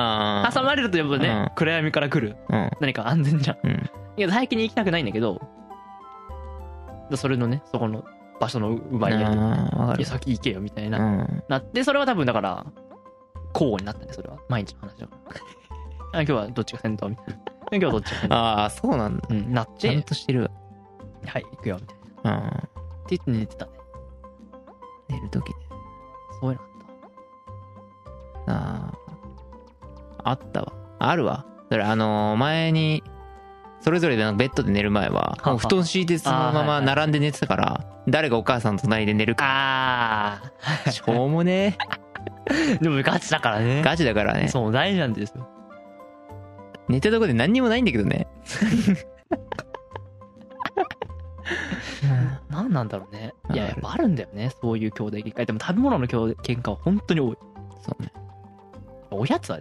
[SPEAKER 2] 挟まれるとやっぱね、
[SPEAKER 3] うん
[SPEAKER 2] 暗闇から来る
[SPEAKER 3] うん
[SPEAKER 2] 何か安全じゃん
[SPEAKER 3] うん
[SPEAKER 2] いや最近に行きたくないんだけどそれのねそこの場所の奪い合いで
[SPEAKER 3] ああわか
[SPEAKER 2] い
[SPEAKER 3] る
[SPEAKER 2] や先行けよみたいな、
[SPEAKER 3] うん
[SPEAKER 2] なってそれは多分だから交互になったねそれは毎日の話は あ今日はどっちが先頭みたいな今日はどっちが先頭
[SPEAKER 3] ああそうなんだ
[SPEAKER 2] うんなっ
[SPEAKER 3] ちゃん
[SPEAKER 2] て
[SPEAKER 3] としてるわ
[SPEAKER 2] はい行くよみたいな
[SPEAKER 3] うん
[SPEAKER 2] って言って寝てたね
[SPEAKER 3] 寝る時ね
[SPEAKER 2] そういうのあっ
[SPEAKER 3] あああったわあるわだからあのー前にそれぞれでベッドで寝る前は
[SPEAKER 2] は
[SPEAKER 3] もう布団敷いてそのま
[SPEAKER 2] あ
[SPEAKER 3] ま
[SPEAKER 2] ーはいはい
[SPEAKER 3] 並んで寝てたから誰がお母さんの隣で寝る
[SPEAKER 2] た
[SPEAKER 3] か
[SPEAKER 2] あ
[SPEAKER 3] しょうもね
[SPEAKER 2] ーでもガチだから
[SPEAKER 3] え
[SPEAKER 2] ね
[SPEAKER 3] ガチだからね
[SPEAKER 2] そう大事なんですよ
[SPEAKER 3] 寝たとこで何にもないんだけ どね
[SPEAKER 2] 何なんだろうねいや
[SPEAKER 3] あ
[SPEAKER 2] や
[SPEAKER 3] る
[SPEAKER 2] っぱあるんだよねそういう兄弟喧嘩でも食べ物の兄弟喧嘩は本当に多い
[SPEAKER 3] そうね
[SPEAKER 2] おやつは、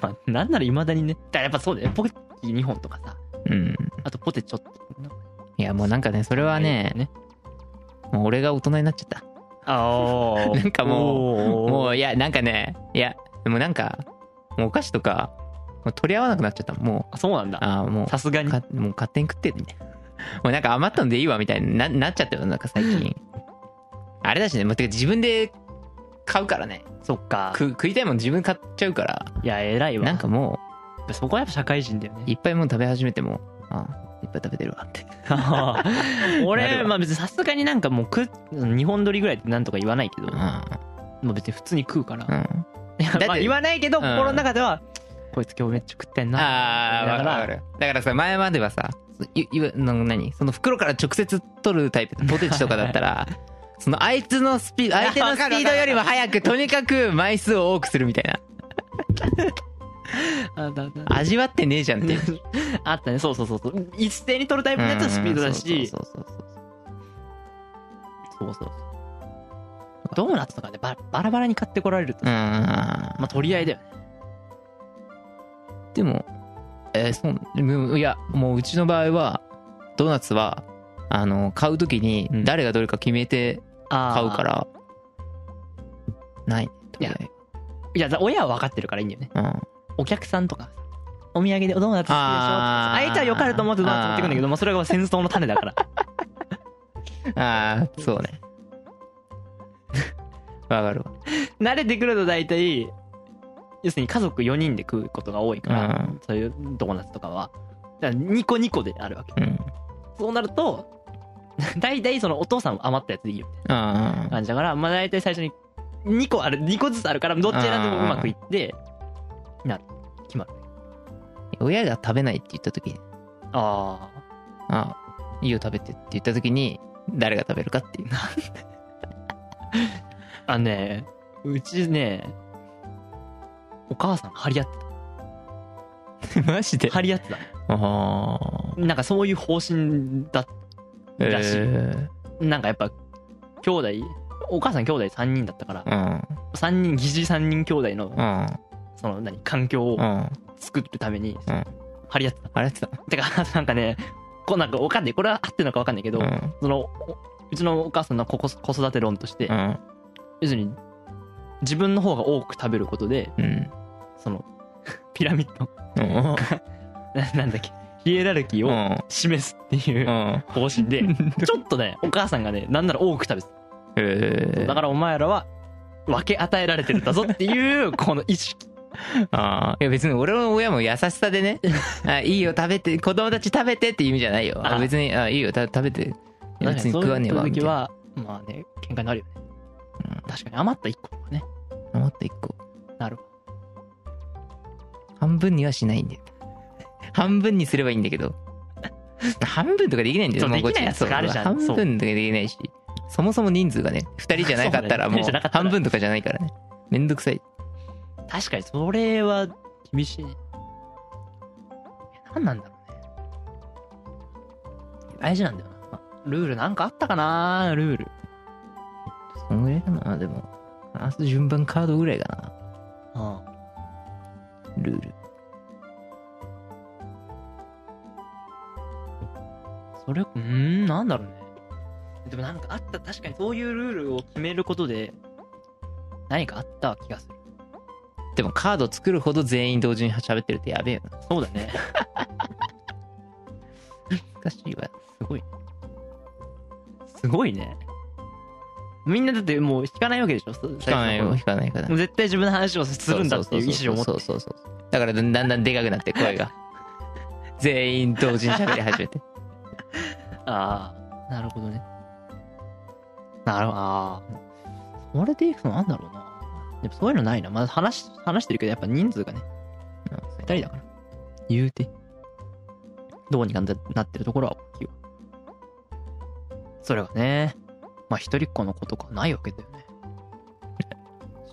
[SPEAKER 2] まあ、なんならいまだにねだからやっぱそうだよねポッキー2本とかさ
[SPEAKER 3] うん
[SPEAKER 2] あとポテチちょっと
[SPEAKER 3] いやもうなんかねそれはねもう俺が大人になっちゃった
[SPEAKER 2] あ あ
[SPEAKER 3] なんかも
[SPEAKER 2] う
[SPEAKER 3] も
[SPEAKER 2] う
[SPEAKER 3] ういやなんかねいやでもなんかもうお菓子とかもう取り合わなくなっちゃったもう
[SPEAKER 2] そうなんだ
[SPEAKER 3] ああもう
[SPEAKER 2] さすがに
[SPEAKER 3] かもう勝手に食ってるみたいなもうなんか余ったのでいいわみたいにななっちゃったよなんか最近あれだしねもうてか自分で買うからね
[SPEAKER 2] そっか
[SPEAKER 3] 食食いたいもん自分買っちゃうから
[SPEAKER 2] いや偉いわ
[SPEAKER 3] なんかも
[SPEAKER 2] やっぱそこはやっぱ社会人だよ
[SPEAKER 3] う
[SPEAKER 2] ね
[SPEAKER 3] いっぱいもん食べ始めてもあいっぱい食べてるわってなる
[SPEAKER 2] 俺
[SPEAKER 3] わ
[SPEAKER 2] まあ別にさすがになんかもう食2本取りぐらいってなんとか言わないけど
[SPEAKER 3] うん
[SPEAKER 2] まあ別に普通に食うから
[SPEAKER 3] うんって
[SPEAKER 2] まあ言わないけど
[SPEAKER 3] うん
[SPEAKER 2] 心の中ではこいつ今日めっちゃ食ってんな
[SPEAKER 3] ああ
[SPEAKER 2] だ
[SPEAKER 3] わ
[SPEAKER 2] か
[SPEAKER 3] からるわかるだからさ前まではさいいわの何その袋から直接取るタイプポテチとかだったらそのあいつのスピー ド相手のスピードよりも早くとにかく枚数を多くするみたいな
[SPEAKER 2] あだだ
[SPEAKER 3] 味わってねえじゃん っていう
[SPEAKER 2] あったねそうそうそうそう一斉に取るタイプのやつはスピードだし
[SPEAKER 3] そうそうそうそう
[SPEAKER 2] そうそうドーナツとかねババラバラに買ってこられると
[SPEAKER 3] うん
[SPEAKER 2] まあ取り合いだよね
[SPEAKER 3] でもえーそううんいやもううちの場合はドーナツはあの買うときに
[SPEAKER 2] うん
[SPEAKER 3] 誰がどれか決めて
[SPEAKER 2] あー
[SPEAKER 3] 買うから、ないとりあえず
[SPEAKER 2] いやだ親は分かってるからいいんだよね
[SPEAKER 3] うん
[SPEAKER 2] お客さんとかお土産でおドーナツ好きでしょ
[SPEAKER 3] あー
[SPEAKER 2] 相手はよかると思ってドーナツ持ってくんだけどまあそれが戦争の種だから
[SPEAKER 3] ああそうね わかるわ
[SPEAKER 2] 慣れてくると大体要するに家族4人で食うことが多いから、
[SPEAKER 3] うん
[SPEAKER 2] そういうドーナツとかはだから2個2個であるわけ
[SPEAKER 3] うん
[SPEAKER 2] そうなると 大体そのお父さんは余ったやつでいいよみたい
[SPEAKER 3] あ
[SPEAKER 2] な感じだからまあ大体最初に2個ある2個ずつあるからどっち選んでもうまくいってなる決まる
[SPEAKER 3] 親が食べないって言った時に
[SPEAKER 2] ああ
[SPEAKER 3] ああいいよ食べてって言った時に誰が食べるかっていう
[SPEAKER 2] あのねうちねお母さん張り合って
[SPEAKER 3] マジで
[SPEAKER 2] た張り合ってた
[SPEAKER 3] あ
[SPEAKER 2] なんかそういう方針だ
[SPEAKER 3] あ
[SPEAKER 2] らしい
[SPEAKER 3] え
[SPEAKER 2] なんかやっぱ兄弟お母さん兄弟3人だったから
[SPEAKER 3] ーうん
[SPEAKER 2] 3人疑似3人兄弟の
[SPEAKER 3] うん
[SPEAKER 2] その何環境を
[SPEAKER 3] うん
[SPEAKER 2] 作るために
[SPEAKER 3] うん
[SPEAKER 2] 張り合ってた
[SPEAKER 3] あれやってた
[SPEAKER 2] てか なんかねこうなんかわかんないこれは合ってるのかわかんないけど、
[SPEAKER 3] うん
[SPEAKER 2] そのおうちのお母さんの子こ子育て論として、
[SPEAKER 3] うん
[SPEAKER 2] 要するに自分の方が多く食べることで
[SPEAKER 3] うん
[SPEAKER 2] その ピラミッド
[SPEAKER 3] うん
[SPEAKER 2] ななんだっけヒエラルキー
[SPEAKER 3] う
[SPEAKER 2] を
[SPEAKER 3] ん
[SPEAKER 2] 示すっていううん方針 で、ちょっとねお母さんがねなんなら多く食べてた
[SPEAKER 3] え
[SPEAKER 2] だ
[SPEAKER 3] ー
[SPEAKER 2] からお前らは分け与えられてるんだぞっていうこの意識
[SPEAKER 3] あーいや別に俺の親も優しさ でねあいいよ食べて子供たち食べてっていう意味じゃないよあ
[SPEAKER 2] あ
[SPEAKER 3] 別にあいいよた食べて別に食わねえわ
[SPEAKER 2] そういう時
[SPEAKER 3] みたいな
[SPEAKER 2] はまあね喧嘩になるよね、
[SPEAKER 3] うん
[SPEAKER 2] 確かに余った1個はね
[SPEAKER 3] 余った一個
[SPEAKER 2] なるわ
[SPEAKER 3] 半分にはしないんだよ 半分にすればいいんだけど 半分とかできないんだよ
[SPEAKER 2] そう
[SPEAKER 3] もうこっ
[SPEAKER 2] で
[SPEAKER 3] ち
[SPEAKER 2] きないやつ
[SPEAKER 3] そう
[SPEAKER 2] があるじゃん
[SPEAKER 3] 半
[SPEAKER 2] そう
[SPEAKER 3] 分とかできないしそもそも人数がね2人じゃなかったら
[SPEAKER 2] そうね二人
[SPEAKER 3] もう
[SPEAKER 2] じゃなかったら
[SPEAKER 3] 半分とかじゃないからねめんどくさい
[SPEAKER 2] 確かにそれは厳しいねえ何なんだろうね大事なんだよなまあルールなんかあったかなルール
[SPEAKER 3] そんぐらいかなでもあと順番カードぐらいか
[SPEAKER 2] うん
[SPEAKER 3] なルール
[SPEAKER 2] それうーんなんだろうねでもなんかあった確かにそういうルールを決めることで何かあった気がする
[SPEAKER 3] でもカード作るほど全員同時に喋ってるってやべえよな
[SPEAKER 2] そうだね
[SPEAKER 3] 難しいわ
[SPEAKER 2] すごいねすごいねみんなだってもう引かないわけでしょ引
[SPEAKER 3] 引かないよ引かないから
[SPEAKER 2] 絶対自分の話をするんだっていう意思を持って
[SPEAKER 3] そうそうそうそうそうだからだんだんだんでかくなって 声が全員同時に喋り始めて
[SPEAKER 2] ああなるほどねなるほどああそれでいくとなんだろうなでもそういうのないなまあ話話してるけどやっぱ人数がね2人だから言うてどうにかななってるところは大きいわそれがねまあ一人っ子の子とかないわけだよね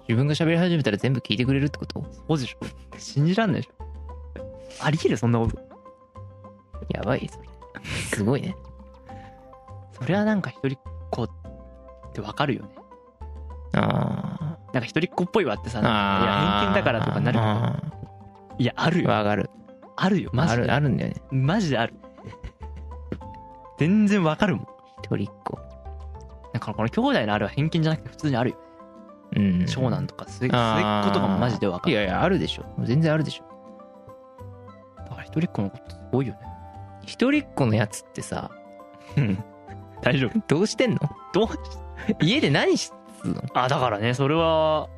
[SPEAKER 3] 自分が喋り始めたら全部聞いてくれるってこと
[SPEAKER 2] そうでしょ信じらんないでしょありえるそんなこと
[SPEAKER 3] やばいそれすごいね
[SPEAKER 2] それはなんか一人っ子ってわかるよね
[SPEAKER 3] あ
[SPEAKER 2] なんか一人っ子っぽいわってさ
[SPEAKER 3] ー
[SPEAKER 2] なん
[SPEAKER 3] あ
[SPEAKER 2] かいや偏見だからとかなるけど
[SPEAKER 3] る
[SPEAKER 2] いやあるよ
[SPEAKER 3] わかる
[SPEAKER 2] あるよマ
[SPEAKER 3] あ
[SPEAKER 2] ジで
[SPEAKER 3] るあるんだよね
[SPEAKER 2] マジである全然わかるもん
[SPEAKER 3] 一人っ子
[SPEAKER 2] だからこの兄弟のあるは偏見じゃなくて普通にあるよ
[SPEAKER 3] うん
[SPEAKER 2] 長男とか末末っ
[SPEAKER 3] あー
[SPEAKER 2] 子とかもマジでわかる
[SPEAKER 3] いやいやあるでしょ全然あるでしょ
[SPEAKER 2] だから一人っ子のことすごいよね
[SPEAKER 3] 一人っ子のやつってさ
[SPEAKER 2] 大丈夫
[SPEAKER 3] どうしてんの
[SPEAKER 2] どう
[SPEAKER 3] 家で何し
[SPEAKER 2] あだからねそれは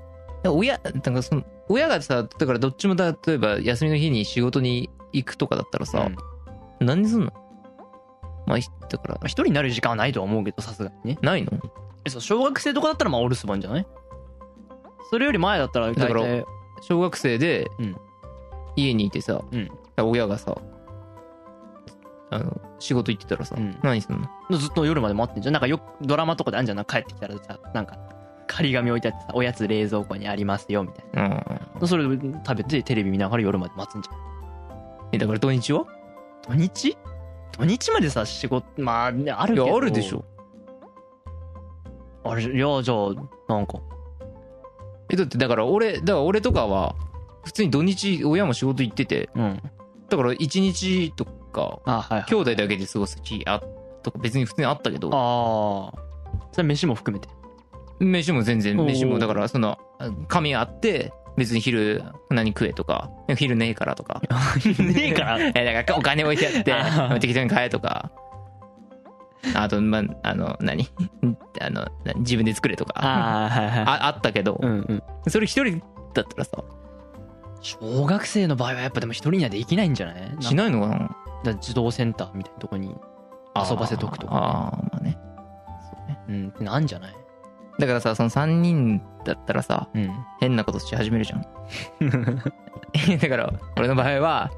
[SPEAKER 3] 親なんかその親がさだからどっちも例えば休みの日に仕事に行くとかだったら
[SPEAKER 2] さ
[SPEAKER 3] さ、何すんのまあひだから
[SPEAKER 2] 一人になる時間はないとは思うけどさすがにね
[SPEAKER 3] ないの
[SPEAKER 2] えそう小学生とかだったらまあお留守番じゃないそれより前だったら大
[SPEAKER 3] だから
[SPEAKER 2] 体
[SPEAKER 3] 小学生で
[SPEAKER 2] うん
[SPEAKER 3] 家にいてさ、
[SPEAKER 2] うん
[SPEAKER 3] 親がさあの仕事行ってたらさ、
[SPEAKER 2] うん
[SPEAKER 3] 何すんの
[SPEAKER 2] ずっと夜まで待ってんじゃんなんかよくドラマとかであんじゃんなんか帰ってきたらさなんか仮紙置いてあってさおやつ冷蔵庫にありますよみたい
[SPEAKER 3] うん
[SPEAKER 2] なそれ食べてテレビ見ながら夜まで待つんじゃん
[SPEAKER 3] えだから土日は
[SPEAKER 2] 土日土日までさ仕事まあねある
[SPEAKER 3] い
[SPEAKER 2] けど
[SPEAKER 3] やあるでしょ
[SPEAKER 2] あれいやじゃあなんか
[SPEAKER 3] えだってだから俺だから俺とかは普通に土日親も仕事行ってて
[SPEAKER 2] うん
[SPEAKER 3] だから1日とか
[SPEAKER 2] あはい、はい、
[SPEAKER 3] 兄弟だけで過ごす日あとか別に普通にあったけど
[SPEAKER 2] ああそれ飯も含めて
[SPEAKER 3] 飯も全然
[SPEAKER 2] おー
[SPEAKER 3] 飯もだからその髪あって別に昼何食えとか昼ねえからとか
[SPEAKER 2] ねえから
[SPEAKER 3] えだからお金置いてあって
[SPEAKER 2] あー
[SPEAKER 3] 適当に買えとかあとまああの何 あのな自分で作れとかあ
[SPEAKER 2] ああはいはい
[SPEAKER 3] あったけど
[SPEAKER 2] うんうん
[SPEAKER 3] それ一人だったらさ
[SPEAKER 2] 小学生の場合はやっぱでも一人にはできないんじゃないなんか
[SPEAKER 3] しないのかな
[SPEAKER 2] だから児童センターみたいなとこに遊ばせとくとか
[SPEAKER 3] あーあーまあねそうね
[SPEAKER 2] うんってなんじゃない
[SPEAKER 3] だからさその3人だったらさ
[SPEAKER 2] うん
[SPEAKER 3] 変なことし始めるじゃん だから俺の場合は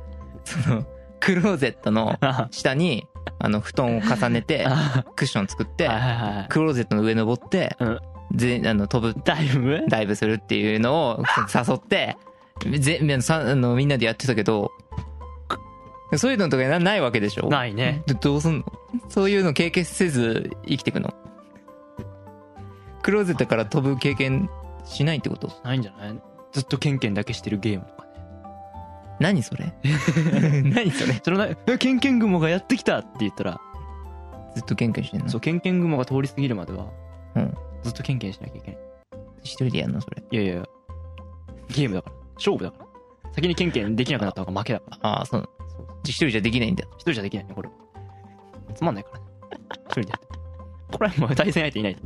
[SPEAKER 3] そのクローゼットの
[SPEAKER 2] あ
[SPEAKER 3] 下にあの布団を重ね て
[SPEAKER 2] あ
[SPEAKER 3] クッション作って
[SPEAKER 2] はいはい はい
[SPEAKER 3] クローゼットの上登って、
[SPEAKER 2] うん
[SPEAKER 3] ぜあの飛ぶ
[SPEAKER 2] だいぶ
[SPEAKER 3] ダイブするっていうのを誘ってぜさあのみんなでやってたけどそういうのとかなないわけでしょ
[SPEAKER 2] ないね
[SPEAKER 3] どどうすんのそういうの経験せず生きていくのクローゼットから飛ぶ経験しないってこと
[SPEAKER 2] ないんじゃないずっとケンケンだけしてるゲームとかね
[SPEAKER 3] 何それ 何それ
[SPEAKER 2] それなえケンケン雲がやってきたって言ったら
[SPEAKER 3] ずっとケンケンしてんの
[SPEAKER 2] そうケンケン雲が通り過ぎるまでは
[SPEAKER 3] うん
[SPEAKER 2] ずっとケンケンしなきゃいけない
[SPEAKER 3] 一人でやんのそれ
[SPEAKER 2] いやいやいやゲームだから勝負だから先にケンケンできなくなった方が負けだから
[SPEAKER 3] ああそう一人じゃできない んだ
[SPEAKER 2] 一人じゃできないねこれつまんないからね一人でやってこれはもう対戦相手いないと、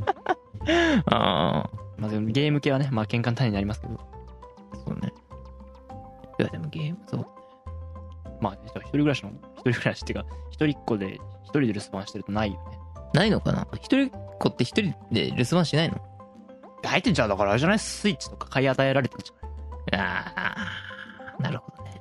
[SPEAKER 3] ああ
[SPEAKER 2] まあ、でもゲーム系はねまあ喧嘩の種になりますけど
[SPEAKER 3] そうね
[SPEAKER 2] 人暮らしの一人暮らしっていうか一人っ子で一人で留守番してるとないよね
[SPEAKER 3] ないのかな一人っ子って一人で留守番しないの
[SPEAKER 2] 大体じゃあだからあれじゃないスイッチとか買い与えられてるんじゃない
[SPEAKER 3] ああなるほどね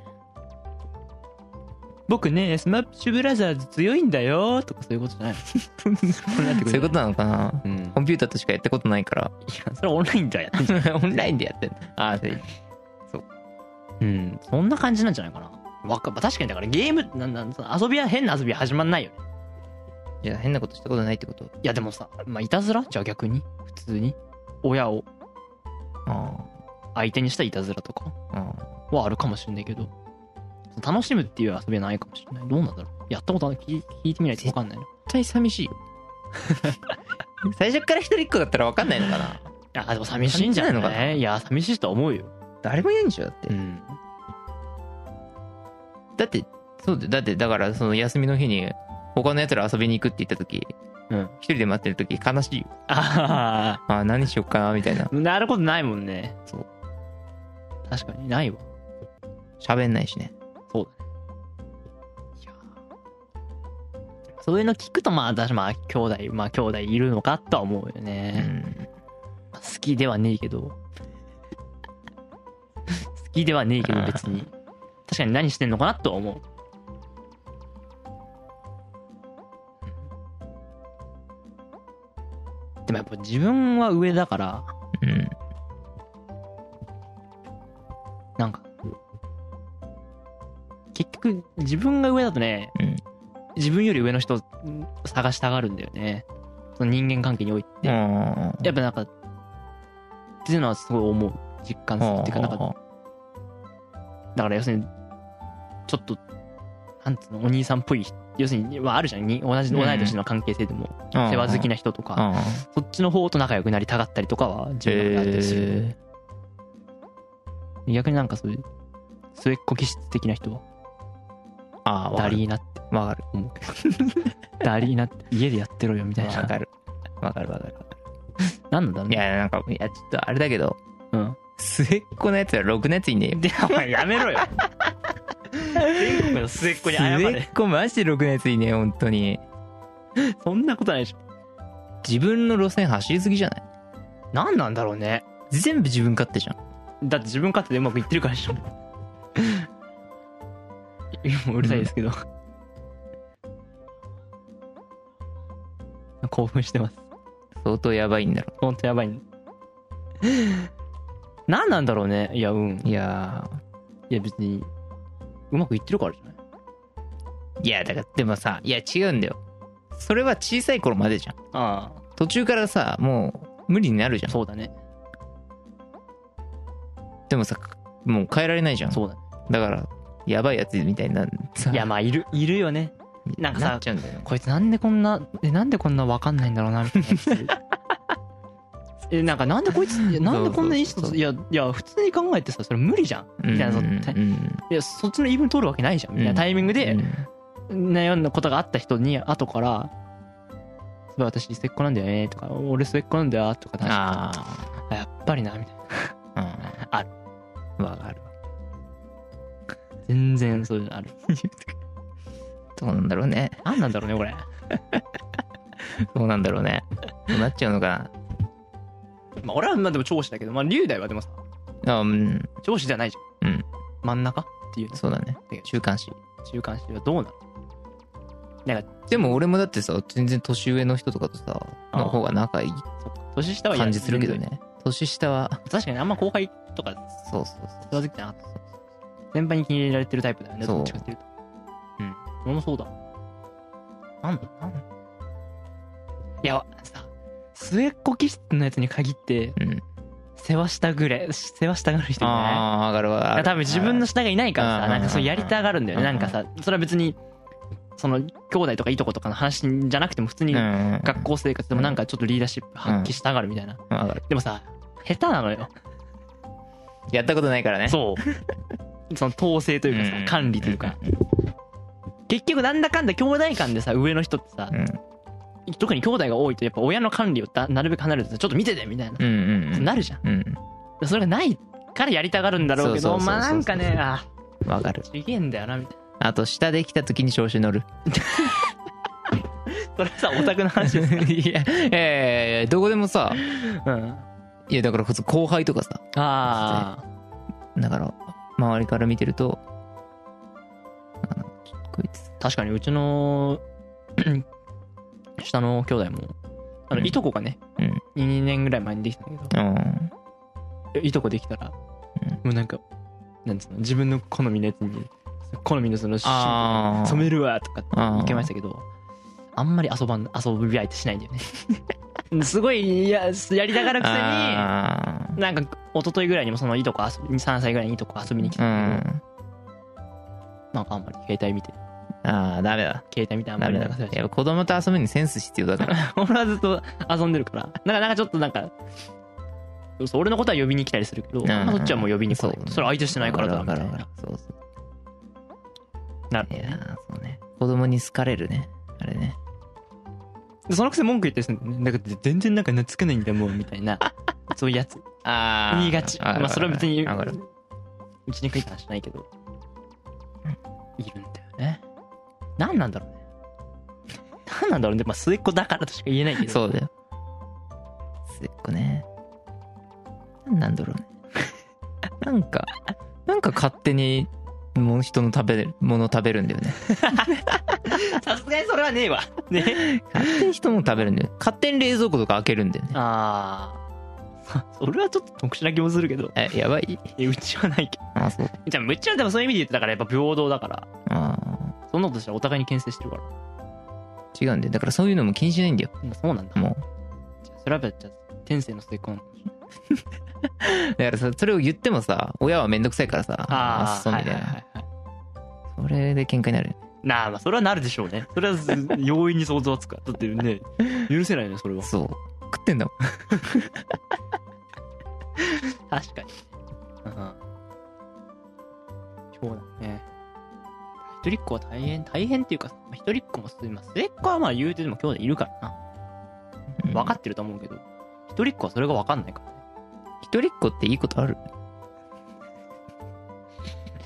[SPEAKER 2] 僕ねスマッシュブラザーズ強いんだよとかそういうことじゃないのそうなってくる
[SPEAKER 3] そういうことなのか な
[SPEAKER 2] うんい
[SPEAKER 3] コンピューターとしかやったことないから
[SPEAKER 2] やそれオンラインだよ
[SPEAKER 3] オンラインでやってんのああそう
[SPEAKER 2] うんそんな感じなんじゃないかなわか確かにだからゲームなんなんその遊びは変な遊びは始まんないよね
[SPEAKER 3] じゃあ変なことしたことないってこと
[SPEAKER 2] いやでもさまあいたずらじゃあ逆に普通に親を
[SPEAKER 3] あ
[SPEAKER 2] 相手にしたいたずらとか
[SPEAKER 3] ああ
[SPEAKER 2] はあるかもしれないけど楽しむっていう遊びはないかもしれないどうなんだろうやったことない聞い聞いてみないと分かんないな
[SPEAKER 3] 絶対寂しい よ最初から一人っ子だったら分かんないのかない
[SPEAKER 2] やでも寂しいんじゃない
[SPEAKER 3] 寂しいんじゃないのかない
[SPEAKER 2] や寂しいとは思うよ、
[SPEAKER 3] 誰もいないんでしょだって、
[SPEAKER 2] ん、
[SPEAKER 3] だってそうだよだってだからその休みの日に他のやつら遊びに行くって言った時、
[SPEAKER 2] うん
[SPEAKER 3] 一人で待ってる時悲しいよ
[SPEAKER 2] あ
[SPEAKER 3] ああ何しよっかなみたいな
[SPEAKER 2] あなることないもんね
[SPEAKER 3] そう
[SPEAKER 2] 確かにないわ
[SPEAKER 3] 喋んないしね
[SPEAKER 2] そうだねいやそういうの聞くとまあ私まあ兄弟まあ兄弟いるのかとは思うよ
[SPEAKER 3] う
[SPEAKER 2] ね、
[SPEAKER 3] ん
[SPEAKER 2] まあ好きではねえけど 好きではねえけど別に確かに何してんのかなとは思うでもやっぱ自分は上だから
[SPEAKER 3] うん
[SPEAKER 2] なんか結局自分が上だとね、
[SPEAKER 3] うん
[SPEAKER 2] 自分より上の人うん探したがるんだよねその人間関係において、
[SPEAKER 3] あ
[SPEAKER 2] やっぱなんかっていうのはすごい思う実感するっていうかなんか
[SPEAKER 3] あ
[SPEAKER 2] だから要するにちょっとなんつうのお兄さんっぽい要するに、まあ、あるじゃんに同じ
[SPEAKER 3] うん
[SPEAKER 2] 同い年の関係性でも
[SPEAKER 3] あ
[SPEAKER 2] 世話好き
[SPEAKER 3] な
[SPEAKER 2] な人とか
[SPEAKER 3] ああ
[SPEAKER 2] そっちの方と仲良くなりたがったりとかは自分の中であったりする
[SPEAKER 3] え
[SPEAKER 2] 逆になんかそういう末っ子気質的な人は
[SPEAKER 3] ー、ああわ
[SPEAKER 2] ダ
[SPEAKER 3] かる
[SPEAKER 2] リーなって
[SPEAKER 3] わかる
[SPEAKER 2] 思うけどダリーなって家でやってろよみたい
[SPEAKER 3] わ
[SPEAKER 2] な
[SPEAKER 3] かるわかるわかる
[SPEAKER 2] 何なんだろう
[SPEAKER 3] い
[SPEAKER 2] ね
[SPEAKER 3] やなんかいやちょっとあれだけど
[SPEAKER 2] うん
[SPEAKER 3] 末っ子のやつらろくなやついねえよ
[SPEAKER 2] でお前やめろよ全国の末っ子に謝
[SPEAKER 3] 末っ
[SPEAKER 2] れ
[SPEAKER 3] 子マジでろくなやついねえ本当に
[SPEAKER 2] そんなことないでしょ
[SPEAKER 3] 自分の路線走りすぎじゃない
[SPEAKER 2] 何なんだろうね
[SPEAKER 3] 全部自分勝手じゃん
[SPEAKER 2] だって自分勝手でうまくいってるからでしょもううるさいですけど、 興奮してます
[SPEAKER 3] 相当やばいんだろ
[SPEAKER 2] ほんとやばいん何なんだろうねいやうん
[SPEAKER 3] ういや
[SPEAKER 2] いや別にうまくいってるからじゃない
[SPEAKER 3] ーいやだからでもさいや違うんだよそれは小さい頃までじゃん
[SPEAKER 2] あ
[SPEAKER 3] 途中からさもう無理になるじ
[SPEAKER 2] あ
[SPEAKER 3] ゃん
[SPEAKER 2] そうだね
[SPEAKER 3] でもさもう変えられないじゃん
[SPEAKER 2] そうだね
[SPEAKER 3] だからやばいやつみたいなさ
[SPEAKER 2] い やまあいるいるよねなんかさ
[SPEAKER 3] っちゃうんだよね
[SPEAKER 2] こいつなんでこんなえなんでこんなわかんないんだろうなみたいなやつ えなんかなんでこいついやなんでこんないい人
[SPEAKER 3] そうそうそう
[SPEAKER 2] いやいや普通に考えてさそれ無理じゃんみたいな
[SPEAKER 3] うん
[SPEAKER 2] そ
[SPEAKER 3] うん
[SPEAKER 2] いやそっちの言い分取るわけないじゃんみたいな
[SPEAKER 3] うん
[SPEAKER 2] タイミング
[SPEAKER 3] う
[SPEAKER 2] で
[SPEAKER 3] ん
[SPEAKER 2] 悩んだことがあった人に後から「そういえば私末っ子なんだよね」とか「俺末っ子なんだよ」とか話
[SPEAKER 3] あ
[SPEAKER 2] あやっぱりなみたいな
[SPEAKER 3] あ
[SPEAKER 2] あ
[SPEAKER 3] るわかる
[SPEAKER 2] 全然そういうのある
[SPEAKER 3] どうなんだろうね
[SPEAKER 2] 何なんだろうねこれ
[SPEAKER 3] どうなんだろうねどうなっちゃうのか
[SPEAKER 2] まあ俺はまあでも長子だけどまあ龍大はでもさ
[SPEAKER 3] なあうん
[SPEAKER 2] 長子じゃないじゃん
[SPEAKER 3] うん
[SPEAKER 2] 真ん中っていうね
[SPEAKER 3] そうだね週刊誌
[SPEAKER 2] 中間子はどうなの
[SPEAKER 3] でも俺もだってさ全然年上の人とかとさ
[SPEAKER 2] あー
[SPEAKER 3] の方が仲いい
[SPEAKER 2] 年下はいや
[SPEAKER 3] 感じするけどね年下は
[SPEAKER 2] 確かにあんま後輩とか
[SPEAKER 3] そうそう
[SPEAKER 2] 世話好きじゃなかった先輩に気に入れられてるタイプだよね
[SPEAKER 3] そう
[SPEAKER 2] どっちかっていうとうん俺もそうだなんだなんだいやさ末っ子気質のやつに限って
[SPEAKER 3] そううん
[SPEAKER 2] 世話したぐれ世話したがる人いな
[SPEAKER 3] ああ上がるわか
[SPEAKER 2] い
[SPEAKER 3] る
[SPEAKER 2] 多分自分の下がいないから
[SPEAKER 3] う
[SPEAKER 2] さ
[SPEAKER 3] ん
[SPEAKER 2] なんかそうやりたがるんだよね
[SPEAKER 3] うん
[SPEAKER 2] なんかさそれは別にその兄弟とかいとことかの話じゃなくても普通に
[SPEAKER 3] うん
[SPEAKER 2] 学校生活でもなんかちょっとリーダーシップ発揮したがるみたいな
[SPEAKER 3] 上がる
[SPEAKER 2] でもさ下手なのよ
[SPEAKER 3] やったことないから ね
[SPEAKER 2] そう。その統制というか
[SPEAKER 3] うん
[SPEAKER 2] さ、管理というか。結局なんだかんだ兄弟間でさ、上の人ってさ
[SPEAKER 3] う、ん
[SPEAKER 2] 特に兄弟が多いとやっぱ親の管理をだなるべく離れてさ、ちょっと見ててみたいな
[SPEAKER 3] う、んうんうん
[SPEAKER 2] なるじゃん。
[SPEAKER 3] うん
[SPEAKER 2] それがないからやりたがるんだろうけ
[SPEAKER 3] そ
[SPEAKER 2] ど、
[SPEAKER 3] うそうそうそう
[SPEAKER 2] まあなんかね、あ
[SPEAKER 3] わかる
[SPEAKER 2] ちげえんだよな、みたいな。
[SPEAKER 3] あと下できた時に調子乗 る
[SPEAKER 2] それさオタクの話ですか
[SPEAKER 3] いやいやいやいやどこでもさ
[SPEAKER 2] うん
[SPEAKER 3] いやだからこそ後輩とかさ
[SPEAKER 2] ああ
[SPEAKER 3] だから周りから見てるとあのこいつ
[SPEAKER 2] 確かにうちの 下の兄弟もあの
[SPEAKER 3] うん
[SPEAKER 2] いとこがね、
[SPEAKER 3] うん
[SPEAKER 2] 2年ぐらい前にできたんだけど
[SPEAKER 3] うん
[SPEAKER 2] いとこできたら、
[SPEAKER 3] うん
[SPEAKER 2] もうなんかなんつうの自分の好みのやつに好みのその
[SPEAKER 3] あー
[SPEAKER 2] 染めるわとかって
[SPEAKER 3] あー
[SPEAKER 2] 言ってましたけどあんまり遊ばん遊び相手しないんだよね すごいややりたがるくせに
[SPEAKER 3] あー
[SPEAKER 2] なんか一昨日ぐらいにもそのいとこ遊び3歳ぐらいにいとこ遊びに来
[SPEAKER 3] う
[SPEAKER 2] たんだけど、
[SPEAKER 3] ん
[SPEAKER 2] なんかあんまり携帯見て
[SPEAKER 3] あーダメだ
[SPEAKER 2] 携帯見てあんま
[SPEAKER 3] ダ
[SPEAKER 2] り
[SPEAKER 3] メ
[SPEAKER 2] なんか
[SPEAKER 3] だ
[SPEAKER 2] そうやし
[SPEAKER 3] やっぱ子供と遊ぶにセンス必要だから
[SPEAKER 2] 俺はずっと遊んでるからなんかなんかちょっとなんかそう俺のことは呼びに来たりするけど、
[SPEAKER 3] うん
[SPEAKER 2] まあそっちはもう呼びに来ない
[SPEAKER 3] そう
[SPEAKER 2] それ相手してないからだ
[SPEAKER 3] わ
[SPEAKER 2] みたい
[SPEAKER 3] るわ
[SPEAKER 2] な
[SPEAKER 3] かるわかるそうそう
[SPEAKER 2] なるほ
[SPEAKER 3] い
[SPEAKER 2] ど
[SPEAKER 3] や
[SPEAKER 2] ね
[SPEAKER 3] ーそうね子供に好かれるねあれね
[SPEAKER 2] でそのくせ文句言ってすんだよねなんか全然なんか懐かないんだもんみたいなそういうやつ
[SPEAKER 3] あ
[SPEAKER 2] 言いがちまあそれは別に
[SPEAKER 3] わかる
[SPEAKER 2] 打ちにくい話じゃないけどいるんだよね何なんだろうね何なんだろうねまあ末っ子だからとしか言えないけど
[SPEAKER 3] そうだよ末っ子ねなんなんだろうね なんかなんか勝手にもう人の食べるもの食べるんだよね
[SPEAKER 2] さすがにそれはねえわね
[SPEAKER 3] 勝手に人も食べるんだよね勝手に冷蔵庫とか開けるんだよね
[SPEAKER 2] ああ それはちょっと特殊な気もするけど
[SPEAKER 3] えやばい
[SPEAKER 2] えうちはないけど
[SPEAKER 3] あそう
[SPEAKER 2] じゃあむっちゃんでもそういう意味で言ってたからやっぱ平等だから
[SPEAKER 3] あ
[SPEAKER 2] そんなことしたらお互いに牽制してるから
[SPEAKER 3] ー違うんだよだからそういうのも気にしないんだよ
[SPEAKER 2] うんそうなんだ
[SPEAKER 3] も
[SPEAKER 2] じゃあそれはやっぱじゃあ天性の末っ子なの
[SPEAKER 3] うだからさそれを言ってもさ親はめんどくさいからさ
[SPEAKER 2] あ
[SPEAKER 3] っ
[SPEAKER 2] あ
[SPEAKER 3] そうみたいな、
[SPEAKER 2] はいはいはいはい
[SPEAKER 3] それで喧嘩になる
[SPEAKER 2] なあまあそれはなるでしょうねそれはず容易に想像はつくわだって ね許せないよねそれは
[SPEAKER 3] そう食ってんだもん
[SPEAKER 2] 確かにうんそうだね一人っ子は大変大変っていうかまあ一人っ子もすまあ末っ子はまあ言うてでも兄弟いるからな
[SPEAKER 3] うん
[SPEAKER 2] 分かってると思うけど一人っ子はそれが分かんないからね
[SPEAKER 3] 一人っ子っていいことある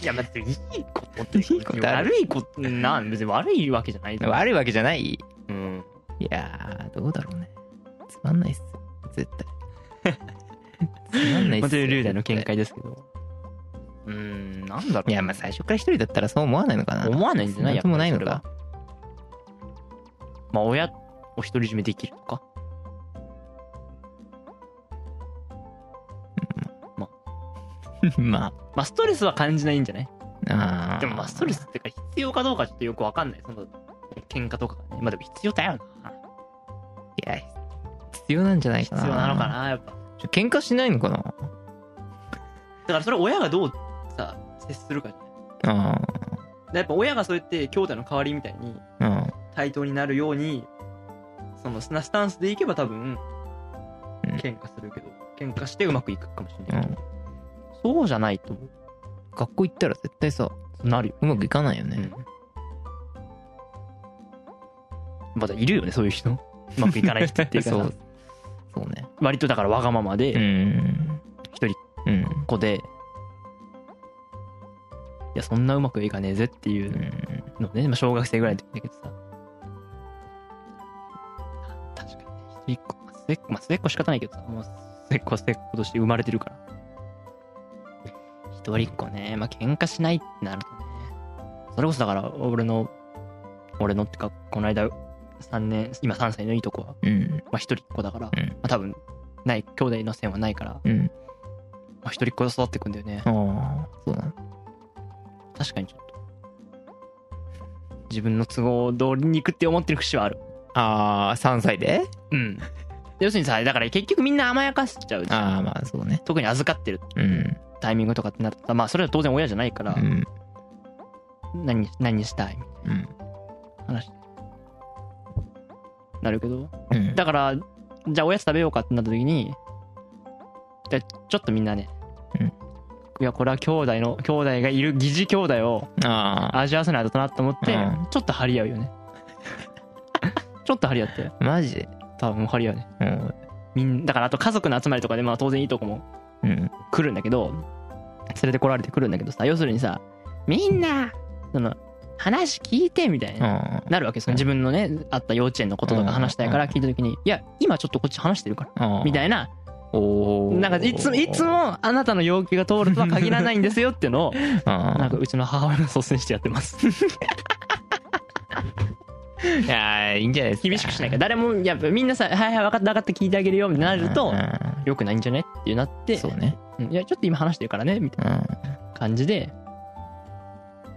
[SPEAKER 2] いや別にいいことって
[SPEAKER 3] いいことある
[SPEAKER 2] 悪いことなん別に悪いわけじゃない
[SPEAKER 3] 悪いわけじゃない
[SPEAKER 2] うん
[SPEAKER 3] いやー、どうだろうね。つまんないっすよ、絶 対。つまんないっす
[SPEAKER 2] 本当に龍大の見
[SPEAKER 3] 絶対
[SPEAKER 2] 解ですけどうーんなんだろう
[SPEAKER 3] いや、まあ最初から一人だったらそう思わないのかな。
[SPEAKER 2] 思わないんじゃない
[SPEAKER 3] なんともないの
[SPEAKER 2] やっ
[SPEAKER 3] か
[SPEAKER 2] ぱ。まあ親を独り占めできるとかま
[SPEAKER 3] ま
[SPEAKER 2] あストレスは感じないんじゃない
[SPEAKER 3] あ、あー
[SPEAKER 2] でもまあストレスってか必要かどうかちょっとよくわかんないその喧嘩とかがねまあでも必要だよない
[SPEAKER 3] や、必要なんじゃないかな。
[SPEAKER 2] 必要なのか。なやっぱ
[SPEAKER 3] ちょ喧嘩しないのかな
[SPEAKER 2] だからそれ親がどうさ接するかじゃない
[SPEAKER 3] あ
[SPEAKER 2] だからやっぱ親がそうやって兄弟の代わりみたいに
[SPEAKER 3] あ、うん。
[SPEAKER 2] 対等になるようにそのスナスタンスでいけば多分
[SPEAKER 3] うん
[SPEAKER 2] 喧嘩するけど、喧嘩してうまくいくかもしれ
[SPEAKER 3] う
[SPEAKER 2] ない、
[SPEAKER 3] ん、
[SPEAKER 2] そうじゃないと思
[SPEAKER 3] 学校行ったら絶対さ、
[SPEAKER 2] うなるよ
[SPEAKER 3] うまくいかないよ
[SPEAKER 2] ね
[SPEAKER 3] ね。
[SPEAKER 2] まだいるよねそういう人うまくいかない人 っていうか
[SPEAKER 3] そ
[SPEAKER 2] さ
[SPEAKER 3] う。そうね。
[SPEAKER 2] 割とだからわがまま
[SPEAKER 3] う
[SPEAKER 2] で
[SPEAKER 3] ん。
[SPEAKER 2] 一人っ
[SPEAKER 3] うん。
[SPEAKER 2] 子で、いやそんなうまくいかねえぜっていううんのね、まあ、小学生ぐらいの時だけどさ確かに一人っ子まあ末っ子まあ末っ子仕方ないけどさもう末っ子は末っ子として生まれてるから一人っ子ねまあ喧嘩しないってなるとねそれこそだから俺の俺のってかこの間3年今3歳のいいとこは、
[SPEAKER 3] うん。
[SPEAKER 2] まあ、一人っ子だから、
[SPEAKER 3] うん
[SPEAKER 2] まあ、多分ない兄弟の線はないから、ま
[SPEAKER 3] うん。
[SPEAKER 2] あ、一人っ子で育っていくんだよね
[SPEAKER 3] ああ、そうなの。
[SPEAKER 2] 確かにちょっと自分の都合通りに行くって思ってる節はある
[SPEAKER 3] ああ、3歳で
[SPEAKER 2] うん要するにさだから結局みんな甘やかしちゃうじゃん
[SPEAKER 3] ああ、まあそうね。
[SPEAKER 2] 特に預かってる
[SPEAKER 3] うん。
[SPEAKER 2] タイミングとかってなったらまあそれは当然親じゃないから
[SPEAKER 3] う、ん。
[SPEAKER 2] 何何したいみ
[SPEAKER 3] うん。
[SPEAKER 2] たいな話なるけど
[SPEAKER 3] うん
[SPEAKER 2] だからじゃあおやつ食べようかってなった時にじゃあちょっとみんなね、
[SPEAKER 3] うん
[SPEAKER 2] いやこれは兄弟の兄弟がいる疑似兄弟を
[SPEAKER 3] あ
[SPEAKER 2] 味合わせないとなと思って、
[SPEAKER 3] うん
[SPEAKER 2] ちょっと張り合う よねちょっと張り合って
[SPEAKER 3] あ、マジで。
[SPEAKER 2] 多分張り合うね
[SPEAKER 3] うん。
[SPEAKER 2] みんだからあと家族の集まりとかでまあ当然いいとこも
[SPEAKER 3] うん。
[SPEAKER 2] 来るんだけど連れてこられてくるんだけどさ要するにさみんなその話聞いてみたいな、
[SPEAKER 3] ん
[SPEAKER 2] なるわけですよ
[SPEAKER 3] うん
[SPEAKER 2] 自分のねあった幼稚園のこととか話したいから聞いた時に「いや今ちょっとこっち話してるから」みたいな
[SPEAKER 3] おー
[SPEAKER 2] なんかいつもいつもあなたの要求が通るとは限らないんですよっていうのをなんかうちの母親が率先してやってます
[SPEAKER 3] うんいやーいいんじゃないですか
[SPEAKER 2] 厳しくしないから誰もやっぱみんなさ「はいはい分かった分かった聞いてあげるよ」みたいになると
[SPEAKER 3] うん
[SPEAKER 2] よくないんじゃねってなって
[SPEAKER 3] そうね
[SPEAKER 2] うんいやちょっと今話してるからねみたい
[SPEAKER 3] うん
[SPEAKER 2] な感じで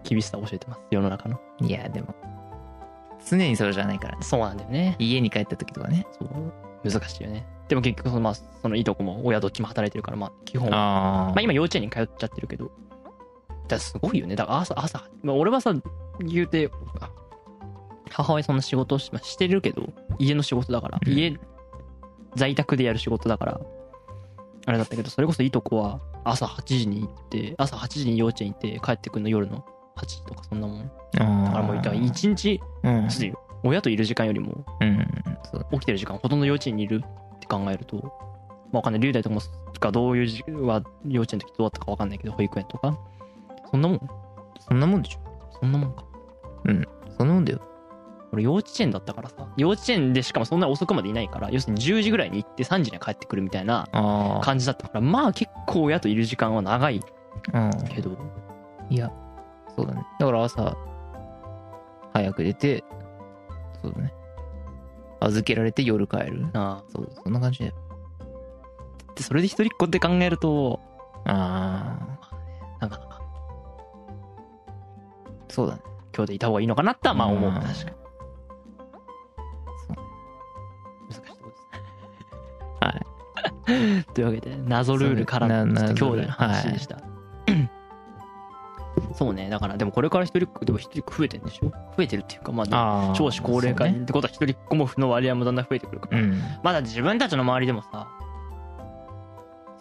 [SPEAKER 2] 厳しさを教えてます世の中の
[SPEAKER 3] いやでも常にそうじゃないからね
[SPEAKER 2] そうなんだよね
[SPEAKER 3] 家に帰った時とかね
[SPEAKER 2] そう難しいよねでも結局そのまあそのいいとこも親どっちも働いてるからまあ基本は
[SPEAKER 3] あ
[SPEAKER 2] まあ、今幼稚園に通っちゃってるけどだからすごいよねだから朝朝、まあ、俺はさ言うてあ母親そんな仕事をし,、まあしてるけど家の仕事だから
[SPEAKER 3] うん
[SPEAKER 2] 家在宅でやる仕事だからあれだったけどそれこそいいとこは朝8時に行って朝8時に幼稚園行って帰ってくるの夜の8時とかそんなもんだ
[SPEAKER 3] あ
[SPEAKER 2] からもうだから一日
[SPEAKER 3] うん
[SPEAKER 2] つい親といる時間よりも
[SPEAKER 3] うんそう
[SPEAKER 2] 起きてる時間ほとんど幼稚園にいるって考えると、まあ、わかんない龍大とかもがどういう時は幼稚園の時どうだったかわかんないけど保育園とかそんなもん
[SPEAKER 3] そんなもんでしょ
[SPEAKER 2] そんなもんか
[SPEAKER 3] そんなもんだよ
[SPEAKER 2] 俺幼稚園だったからさ幼稚園でしかもそんな遅くまでいないから要するに10時ぐらいに行って3時には帰ってくるみたいな
[SPEAKER 3] あ
[SPEAKER 2] 感じだったからまあ結構親といる時間は長い
[SPEAKER 3] あ
[SPEAKER 2] けど
[SPEAKER 3] いやそうだねだから朝早く出てそうだね預けられて夜帰る
[SPEAKER 2] なあ
[SPEAKER 3] そうそんな感じだよ
[SPEAKER 2] でそれで一人っ子って考えると
[SPEAKER 3] ああ
[SPEAKER 2] なかなか
[SPEAKER 3] そうだね
[SPEAKER 2] 今日でいた方がいいのかなってはまあ思う
[SPEAKER 3] うん
[SPEAKER 2] 確かに
[SPEAKER 3] そう
[SPEAKER 2] 難しいとこ
[SPEAKER 3] は
[SPEAKER 2] ですねというわけで謎ルールから
[SPEAKER 3] そう
[SPEAKER 2] の
[SPEAKER 3] ねな
[SPEAKER 2] ちょっと兄弟
[SPEAKER 3] 謎ルール
[SPEAKER 2] の話でした、 そうねだからでもこれから一人っ子でも一人っ子増えてるんでしょ増えてるっていうかまあでも
[SPEAKER 3] ああ
[SPEAKER 2] 少子高齢化
[SPEAKER 3] そう
[SPEAKER 2] っ
[SPEAKER 3] ね
[SPEAKER 2] てことは一人っ子も負の割合もだんだん増えてくるか
[SPEAKER 3] う
[SPEAKER 2] ら、
[SPEAKER 3] ん
[SPEAKER 2] まだ自分たちの周りでもさ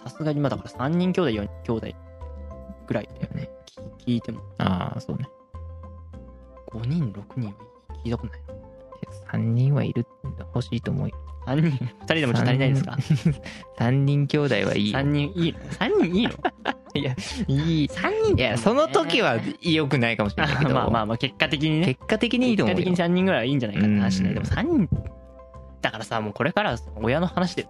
[SPEAKER 2] さすがにまあだから3人兄弟4人兄弟ぐらいだよねき聞いても
[SPEAKER 3] ああそうね
[SPEAKER 2] 5人6人は聞いたことない
[SPEAKER 3] 3人はいる欲しいと思うよ
[SPEAKER 2] 3人2人でもちょっと足りないですか
[SPEAKER 3] 3人兄弟はいいよ
[SPEAKER 2] 3人いいの3人いいの
[SPEAKER 3] いやいい
[SPEAKER 2] 3人
[SPEAKER 3] いやその時は
[SPEAKER 2] ね
[SPEAKER 3] 良くないかもしれないけど
[SPEAKER 2] まあまあまあ結果的にね
[SPEAKER 3] 結果的にいいと思うよ
[SPEAKER 2] 結果的に3人ぐらいはいいんじゃないかって話ね
[SPEAKER 3] うん
[SPEAKER 2] でも3人だからさもうこれからは親の話でね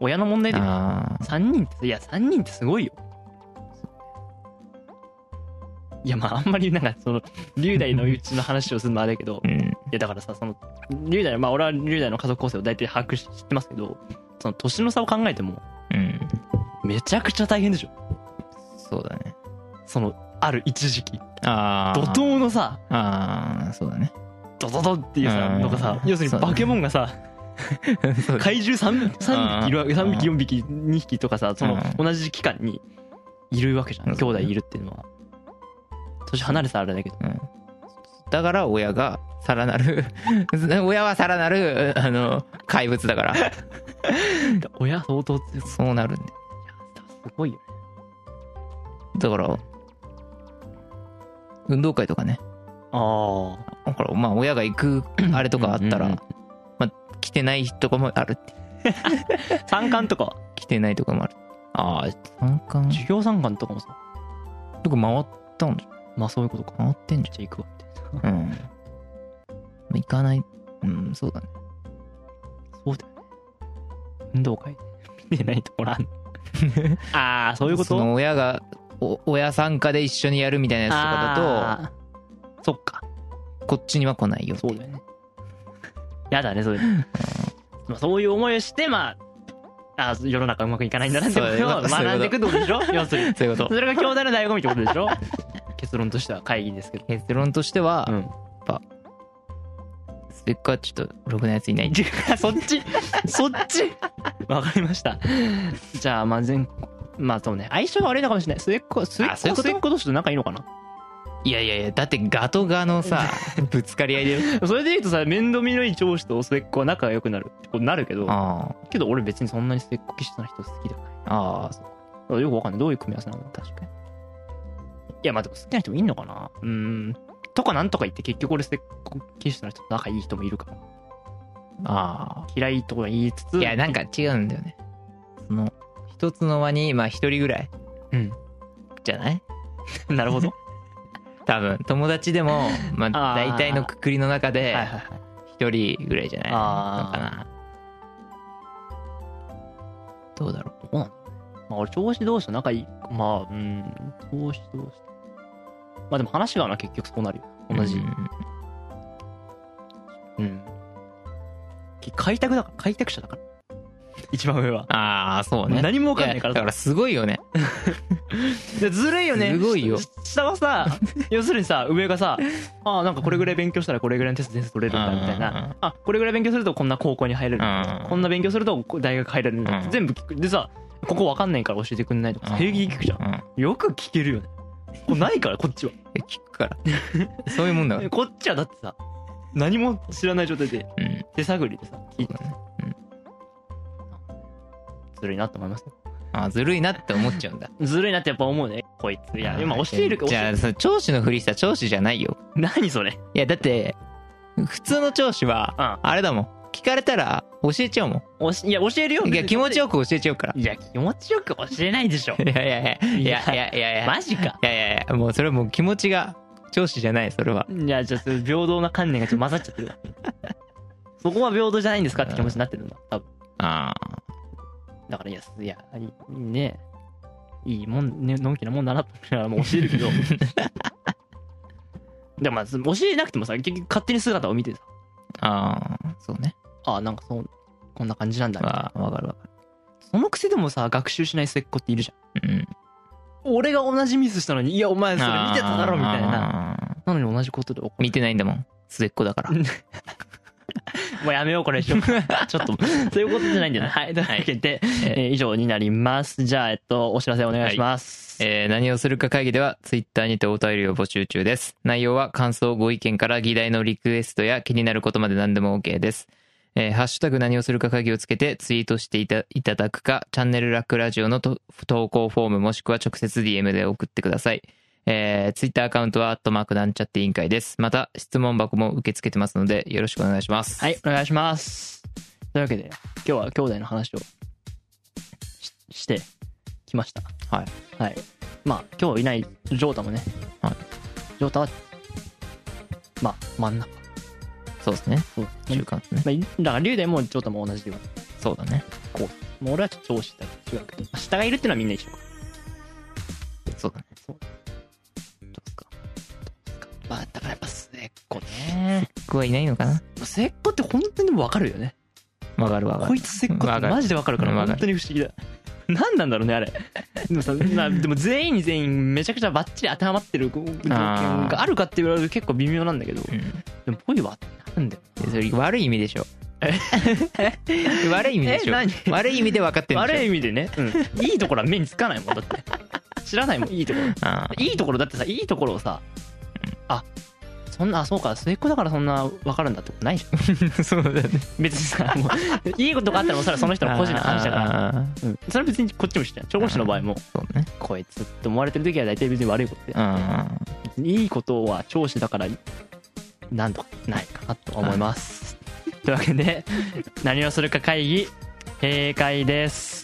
[SPEAKER 2] 親の問題で
[SPEAKER 3] あ
[SPEAKER 2] 3人っていや3人ってすごいよいやまああんまりなんかその龍大のうちの話をするのもあれだけど
[SPEAKER 3] あうん
[SPEAKER 2] いやだからさその龍大まあ俺は龍大の家族構成を大体把握し知ってますけどその年の差を考えても
[SPEAKER 3] うん
[SPEAKER 2] めちゃくちゃ大変でしょ
[SPEAKER 3] そうだね
[SPEAKER 2] そのある一時期
[SPEAKER 3] ああ
[SPEAKER 2] 怒涛のさ
[SPEAKER 3] あ あそうだね
[SPEAKER 2] ドドドっていうさ
[SPEAKER 3] うん
[SPEAKER 2] のがさ要する
[SPEAKER 3] そ
[SPEAKER 2] に
[SPEAKER 3] うだね
[SPEAKER 2] バケモンがさ
[SPEAKER 3] そうだね
[SPEAKER 2] 怪獣 3, 三匹いるわけ3匹4匹2匹とかさその
[SPEAKER 3] う
[SPEAKER 2] 同じ期間にいるわけじゃん
[SPEAKER 3] うん
[SPEAKER 2] 兄弟いるっていうのは年離れたらあれだけど
[SPEAKER 3] うんだから親がさらなる 親はさらなるあの怪物だから
[SPEAKER 2] 親相当強いい
[SPEAKER 3] そうなるんだよ
[SPEAKER 2] やすごいよね
[SPEAKER 3] だから運動会とかね
[SPEAKER 2] ああ
[SPEAKER 3] だからまあ親が行 くあれとかあったら、
[SPEAKER 2] うんうん
[SPEAKER 3] まあ、来てないとかもあるって
[SPEAKER 2] 三冠とか
[SPEAKER 3] 来てないとかもあるああ三冠
[SPEAKER 2] 授業参観とかもさ
[SPEAKER 3] とか回ったんじゃん
[SPEAKER 2] まあそういうことか
[SPEAKER 3] 回ってんじ
[SPEAKER 2] じゃあ行くわみたいな
[SPEAKER 3] ゃんうんまあ行かないうんそうだね
[SPEAKER 2] そうだよね運動会見てないところあ んのああそういうこと
[SPEAKER 3] その親がお親参加で一緒にやるみたいなやつとかだ
[SPEAKER 2] あーそっか
[SPEAKER 3] とこっちには来ないよってい
[SPEAKER 2] そうだよね。 やだね、そう いう。まあ、そういう思いをして、まあ、あ世の中うまくいかないんだなってこと
[SPEAKER 3] そういう
[SPEAKER 2] を
[SPEAKER 3] ことそういうこと
[SPEAKER 2] 学んでいくってことでしょ 要するに。
[SPEAKER 3] そういうこ
[SPEAKER 2] そ
[SPEAKER 3] と
[SPEAKER 2] れが兄弟の醍醐味ってことでしょ 結論としては会議ですけど。
[SPEAKER 3] 結論としては、
[SPEAKER 2] うん。
[SPEAKER 3] スペックはちょっとろくなやついない
[SPEAKER 2] そっちそっちわかりました。じゃあ、まあ、全、まあそうね、相性が悪いのかもしれない。末っ子、末っ
[SPEAKER 3] あそういう
[SPEAKER 2] 子、
[SPEAKER 3] こと
[SPEAKER 2] 末っ子同士と仲いいのかない
[SPEAKER 3] やいやいやだってガとガ のさぶつかり合いで
[SPEAKER 2] それで言うとさ、面倒見のいい上司と末っ子は仲が良くなるってことになるけど、
[SPEAKER 3] あー
[SPEAKER 2] けど俺別にそんなに末っ子気質な人好きだから。
[SPEAKER 3] あーそう
[SPEAKER 2] あよくわかんない。どういう組み合わせなの確かに。いや、まあでも好きな人もいんのかなうーん。とかなんとか言って結局俺せっこキリストの人と仲いい人もいるから。
[SPEAKER 3] あ
[SPEAKER 2] 嫌いとか言いつつ。
[SPEAKER 3] あいやなんか違うんだよねその 一つの輪にまあ一人ぐらい
[SPEAKER 2] うん。
[SPEAKER 3] じゃない
[SPEAKER 2] なるほど。
[SPEAKER 3] 多分友達でも、まあ、
[SPEAKER 2] あー
[SPEAKER 3] 大体のくくりの中で
[SPEAKER 2] はいはいはい
[SPEAKER 3] 一人ぐらいじゃないの
[SPEAKER 2] あー
[SPEAKER 3] かなどうだろ
[SPEAKER 2] どうなんだまあ俺調子同士と仲いいまあうん調子同士まあでも話が合うのは結局そうなるよ
[SPEAKER 3] う
[SPEAKER 2] 同じ
[SPEAKER 3] うん
[SPEAKER 2] うん開拓だから開拓者だから一番上は
[SPEAKER 3] ああそうね
[SPEAKER 2] 何もわかんない
[SPEAKER 3] や
[SPEAKER 2] から
[SPEAKER 3] だからすごいよね
[SPEAKER 2] でずるいよね
[SPEAKER 3] すごいよ
[SPEAKER 2] し下は さ要するにさ上がさあーなんかこれぐらい勉強したらこれぐらいのテスト点数取れるんだみたい
[SPEAKER 3] うんうんうん
[SPEAKER 2] なあこれぐらい勉強するとこんな高校に入れるんだ
[SPEAKER 3] うん
[SPEAKER 2] こんな勉強すると大学入れるんだ
[SPEAKER 3] うん
[SPEAKER 2] 全部聞くでさここわかんないから教えてくんないとかさ平気で聞くじゃん
[SPEAKER 3] うんいや
[SPEAKER 2] よく聞けるよねこれないからこっちは
[SPEAKER 3] 聞くからそういうもんだから
[SPEAKER 2] えこっちはだってさ何も知らない状態で
[SPEAKER 3] うん
[SPEAKER 2] 手探りでさ聞いて
[SPEAKER 3] そうだね
[SPEAKER 2] ずるいなと思います
[SPEAKER 3] あーずるいなって思っちゃうんだ
[SPEAKER 2] ずるいなってやっぱ思うねこいついや今教えるか
[SPEAKER 3] じ
[SPEAKER 2] 教
[SPEAKER 3] ゃ
[SPEAKER 2] え
[SPEAKER 3] あ
[SPEAKER 2] る
[SPEAKER 3] その聴取のふりした聴取じゃないよ
[SPEAKER 2] 何それ
[SPEAKER 3] いやだって普通の聴取は
[SPEAKER 2] うん
[SPEAKER 3] あれだもん聞かれたら教えちゃうも
[SPEAKER 2] おしいや教えるよ
[SPEAKER 3] んいや気持ちよく教えちゃうから
[SPEAKER 2] いや気持ちよく教えないでしょ
[SPEAKER 3] いやいやいやいやいやいやいや
[SPEAKER 2] マジか
[SPEAKER 3] いやいやいやもうそれはもう気持ちが聴取じゃないそれはい
[SPEAKER 2] やちょっと平等な観念がちょっと混ざっちゃってるわそこは平等じゃないんですかって気持ちになってるんだ多分
[SPEAKER 3] ああ
[SPEAKER 2] だからいやすいやいいねいいもんねのんきなもんだなってもう教えるけど でもまあ教えなくてもさ結局勝手に姿を見てさ
[SPEAKER 3] ああそうね
[SPEAKER 2] あなんかそうこんな感じなんだみたいな
[SPEAKER 3] わわかるわか
[SPEAKER 2] そのくせでもさ学習しない末っ子っているじゃん
[SPEAKER 3] るうん
[SPEAKER 2] 俺が同じミスしたのにいやお前それ見てただろみたいな
[SPEAKER 3] あー
[SPEAKER 2] なのに同じことで怒る
[SPEAKER 3] 見てないんだもん末っ子だから
[SPEAKER 2] うんもうやめよう これちょっとちょっとそういうことじゃないんだよねはいというわけで、
[SPEAKER 3] え
[SPEAKER 2] えー以上になりますじゃあえっとお知らせお願いします、
[SPEAKER 3] えー何をするか会議ではツイッターにてお便りを募集中です。内容は感想、ご意見から議題のリクエストや気になることまで何でも OK です。えーハッシュタグ何をするか会議をつけてツイートしていたいただくか、チャンネルラックラジオのと投稿フォームもしくは直接 DM で送ってください。えー、ツイッターアカウントは、アットマークなんちゃって委員会です。また、質問箱も受け付けてますので、よろしくお願いします。
[SPEAKER 2] はい。お願いしますというわけで今日は兄弟の話をししてきました
[SPEAKER 3] はい。
[SPEAKER 2] はいまあ今日いないジョータもね、
[SPEAKER 3] はい、
[SPEAKER 2] ジョータはまあ真ん中
[SPEAKER 3] そうですね。
[SPEAKER 2] そう
[SPEAKER 3] 中間ですね。
[SPEAKER 2] まあ、だから龍大もジョータも同じでは
[SPEAKER 3] そうだね。
[SPEAKER 2] もう俺はちょっと上司だ違うけど下がいるってのはみんな一緒か
[SPEAKER 3] そうだね。
[SPEAKER 2] どうですかどうですかまあだからやっぱ末っ子ね
[SPEAKER 3] 僕はいないのかな
[SPEAKER 2] 末っ子って本当に分かるよね
[SPEAKER 3] わかるわか
[SPEAKER 2] こ
[SPEAKER 3] る
[SPEAKER 2] い。つ末っ子っ
[SPEAKER 3] わ
[SPEAKER 2] て
[SPEAKER 3] かる
[SPEAKER 2] マジで分かるから
[SPEAKER 3] わか
[SPEAKER 2] 本
[SPEAKER 3] る
[SPEAKER 2] 当に不思議だ何なんだろうねあれでもさなでも全員に全員めちゃくちゃバッチリ当てはまってる条件があるかって言われると結構微妙なんだけど
[SPEAKER 3] うん
[SPEAKER 2] でもぽいわってなんだよ
[SPEAKER 3] でそれ悪い意味でしょ 悪い意味で
[SPEAKER 2] え
[SPEAKER 3] しょ
[SPEAKER 2] 何
[SPEAKER 3] 悪い意味で分かってるんでしょ
[SPEAKER 2] 悪い
[SPEAKER 3] い
[SPEAKER 2] 意味でね、うん、いいところは目につかないもんだって知らないもんいいところ
[SPEAKER 3] あー
[SPEAKER 2] いいところだってさいいところをさあそんなあそうか末っ子だからそんな分かるんだってことないじゃん
[SPEAKER 3] そうだね
[SPEAKER 2] 別にさもういいことがあったらおそらくその人の個人の話だから、
[SPEAKER 3] ら
[SPEAKER 2] うん、それは別にこっちも知ってない調合師の場合も
[SPEAKER 3] そうね
[SPEAKER 2] こいつって思われてる時は大体別に悪いことで
[SPEAKER 3] うん
[SPEAKER 2] いいことは調子だからなんとかないかなと思います。というわけで何をするか会議閉会です。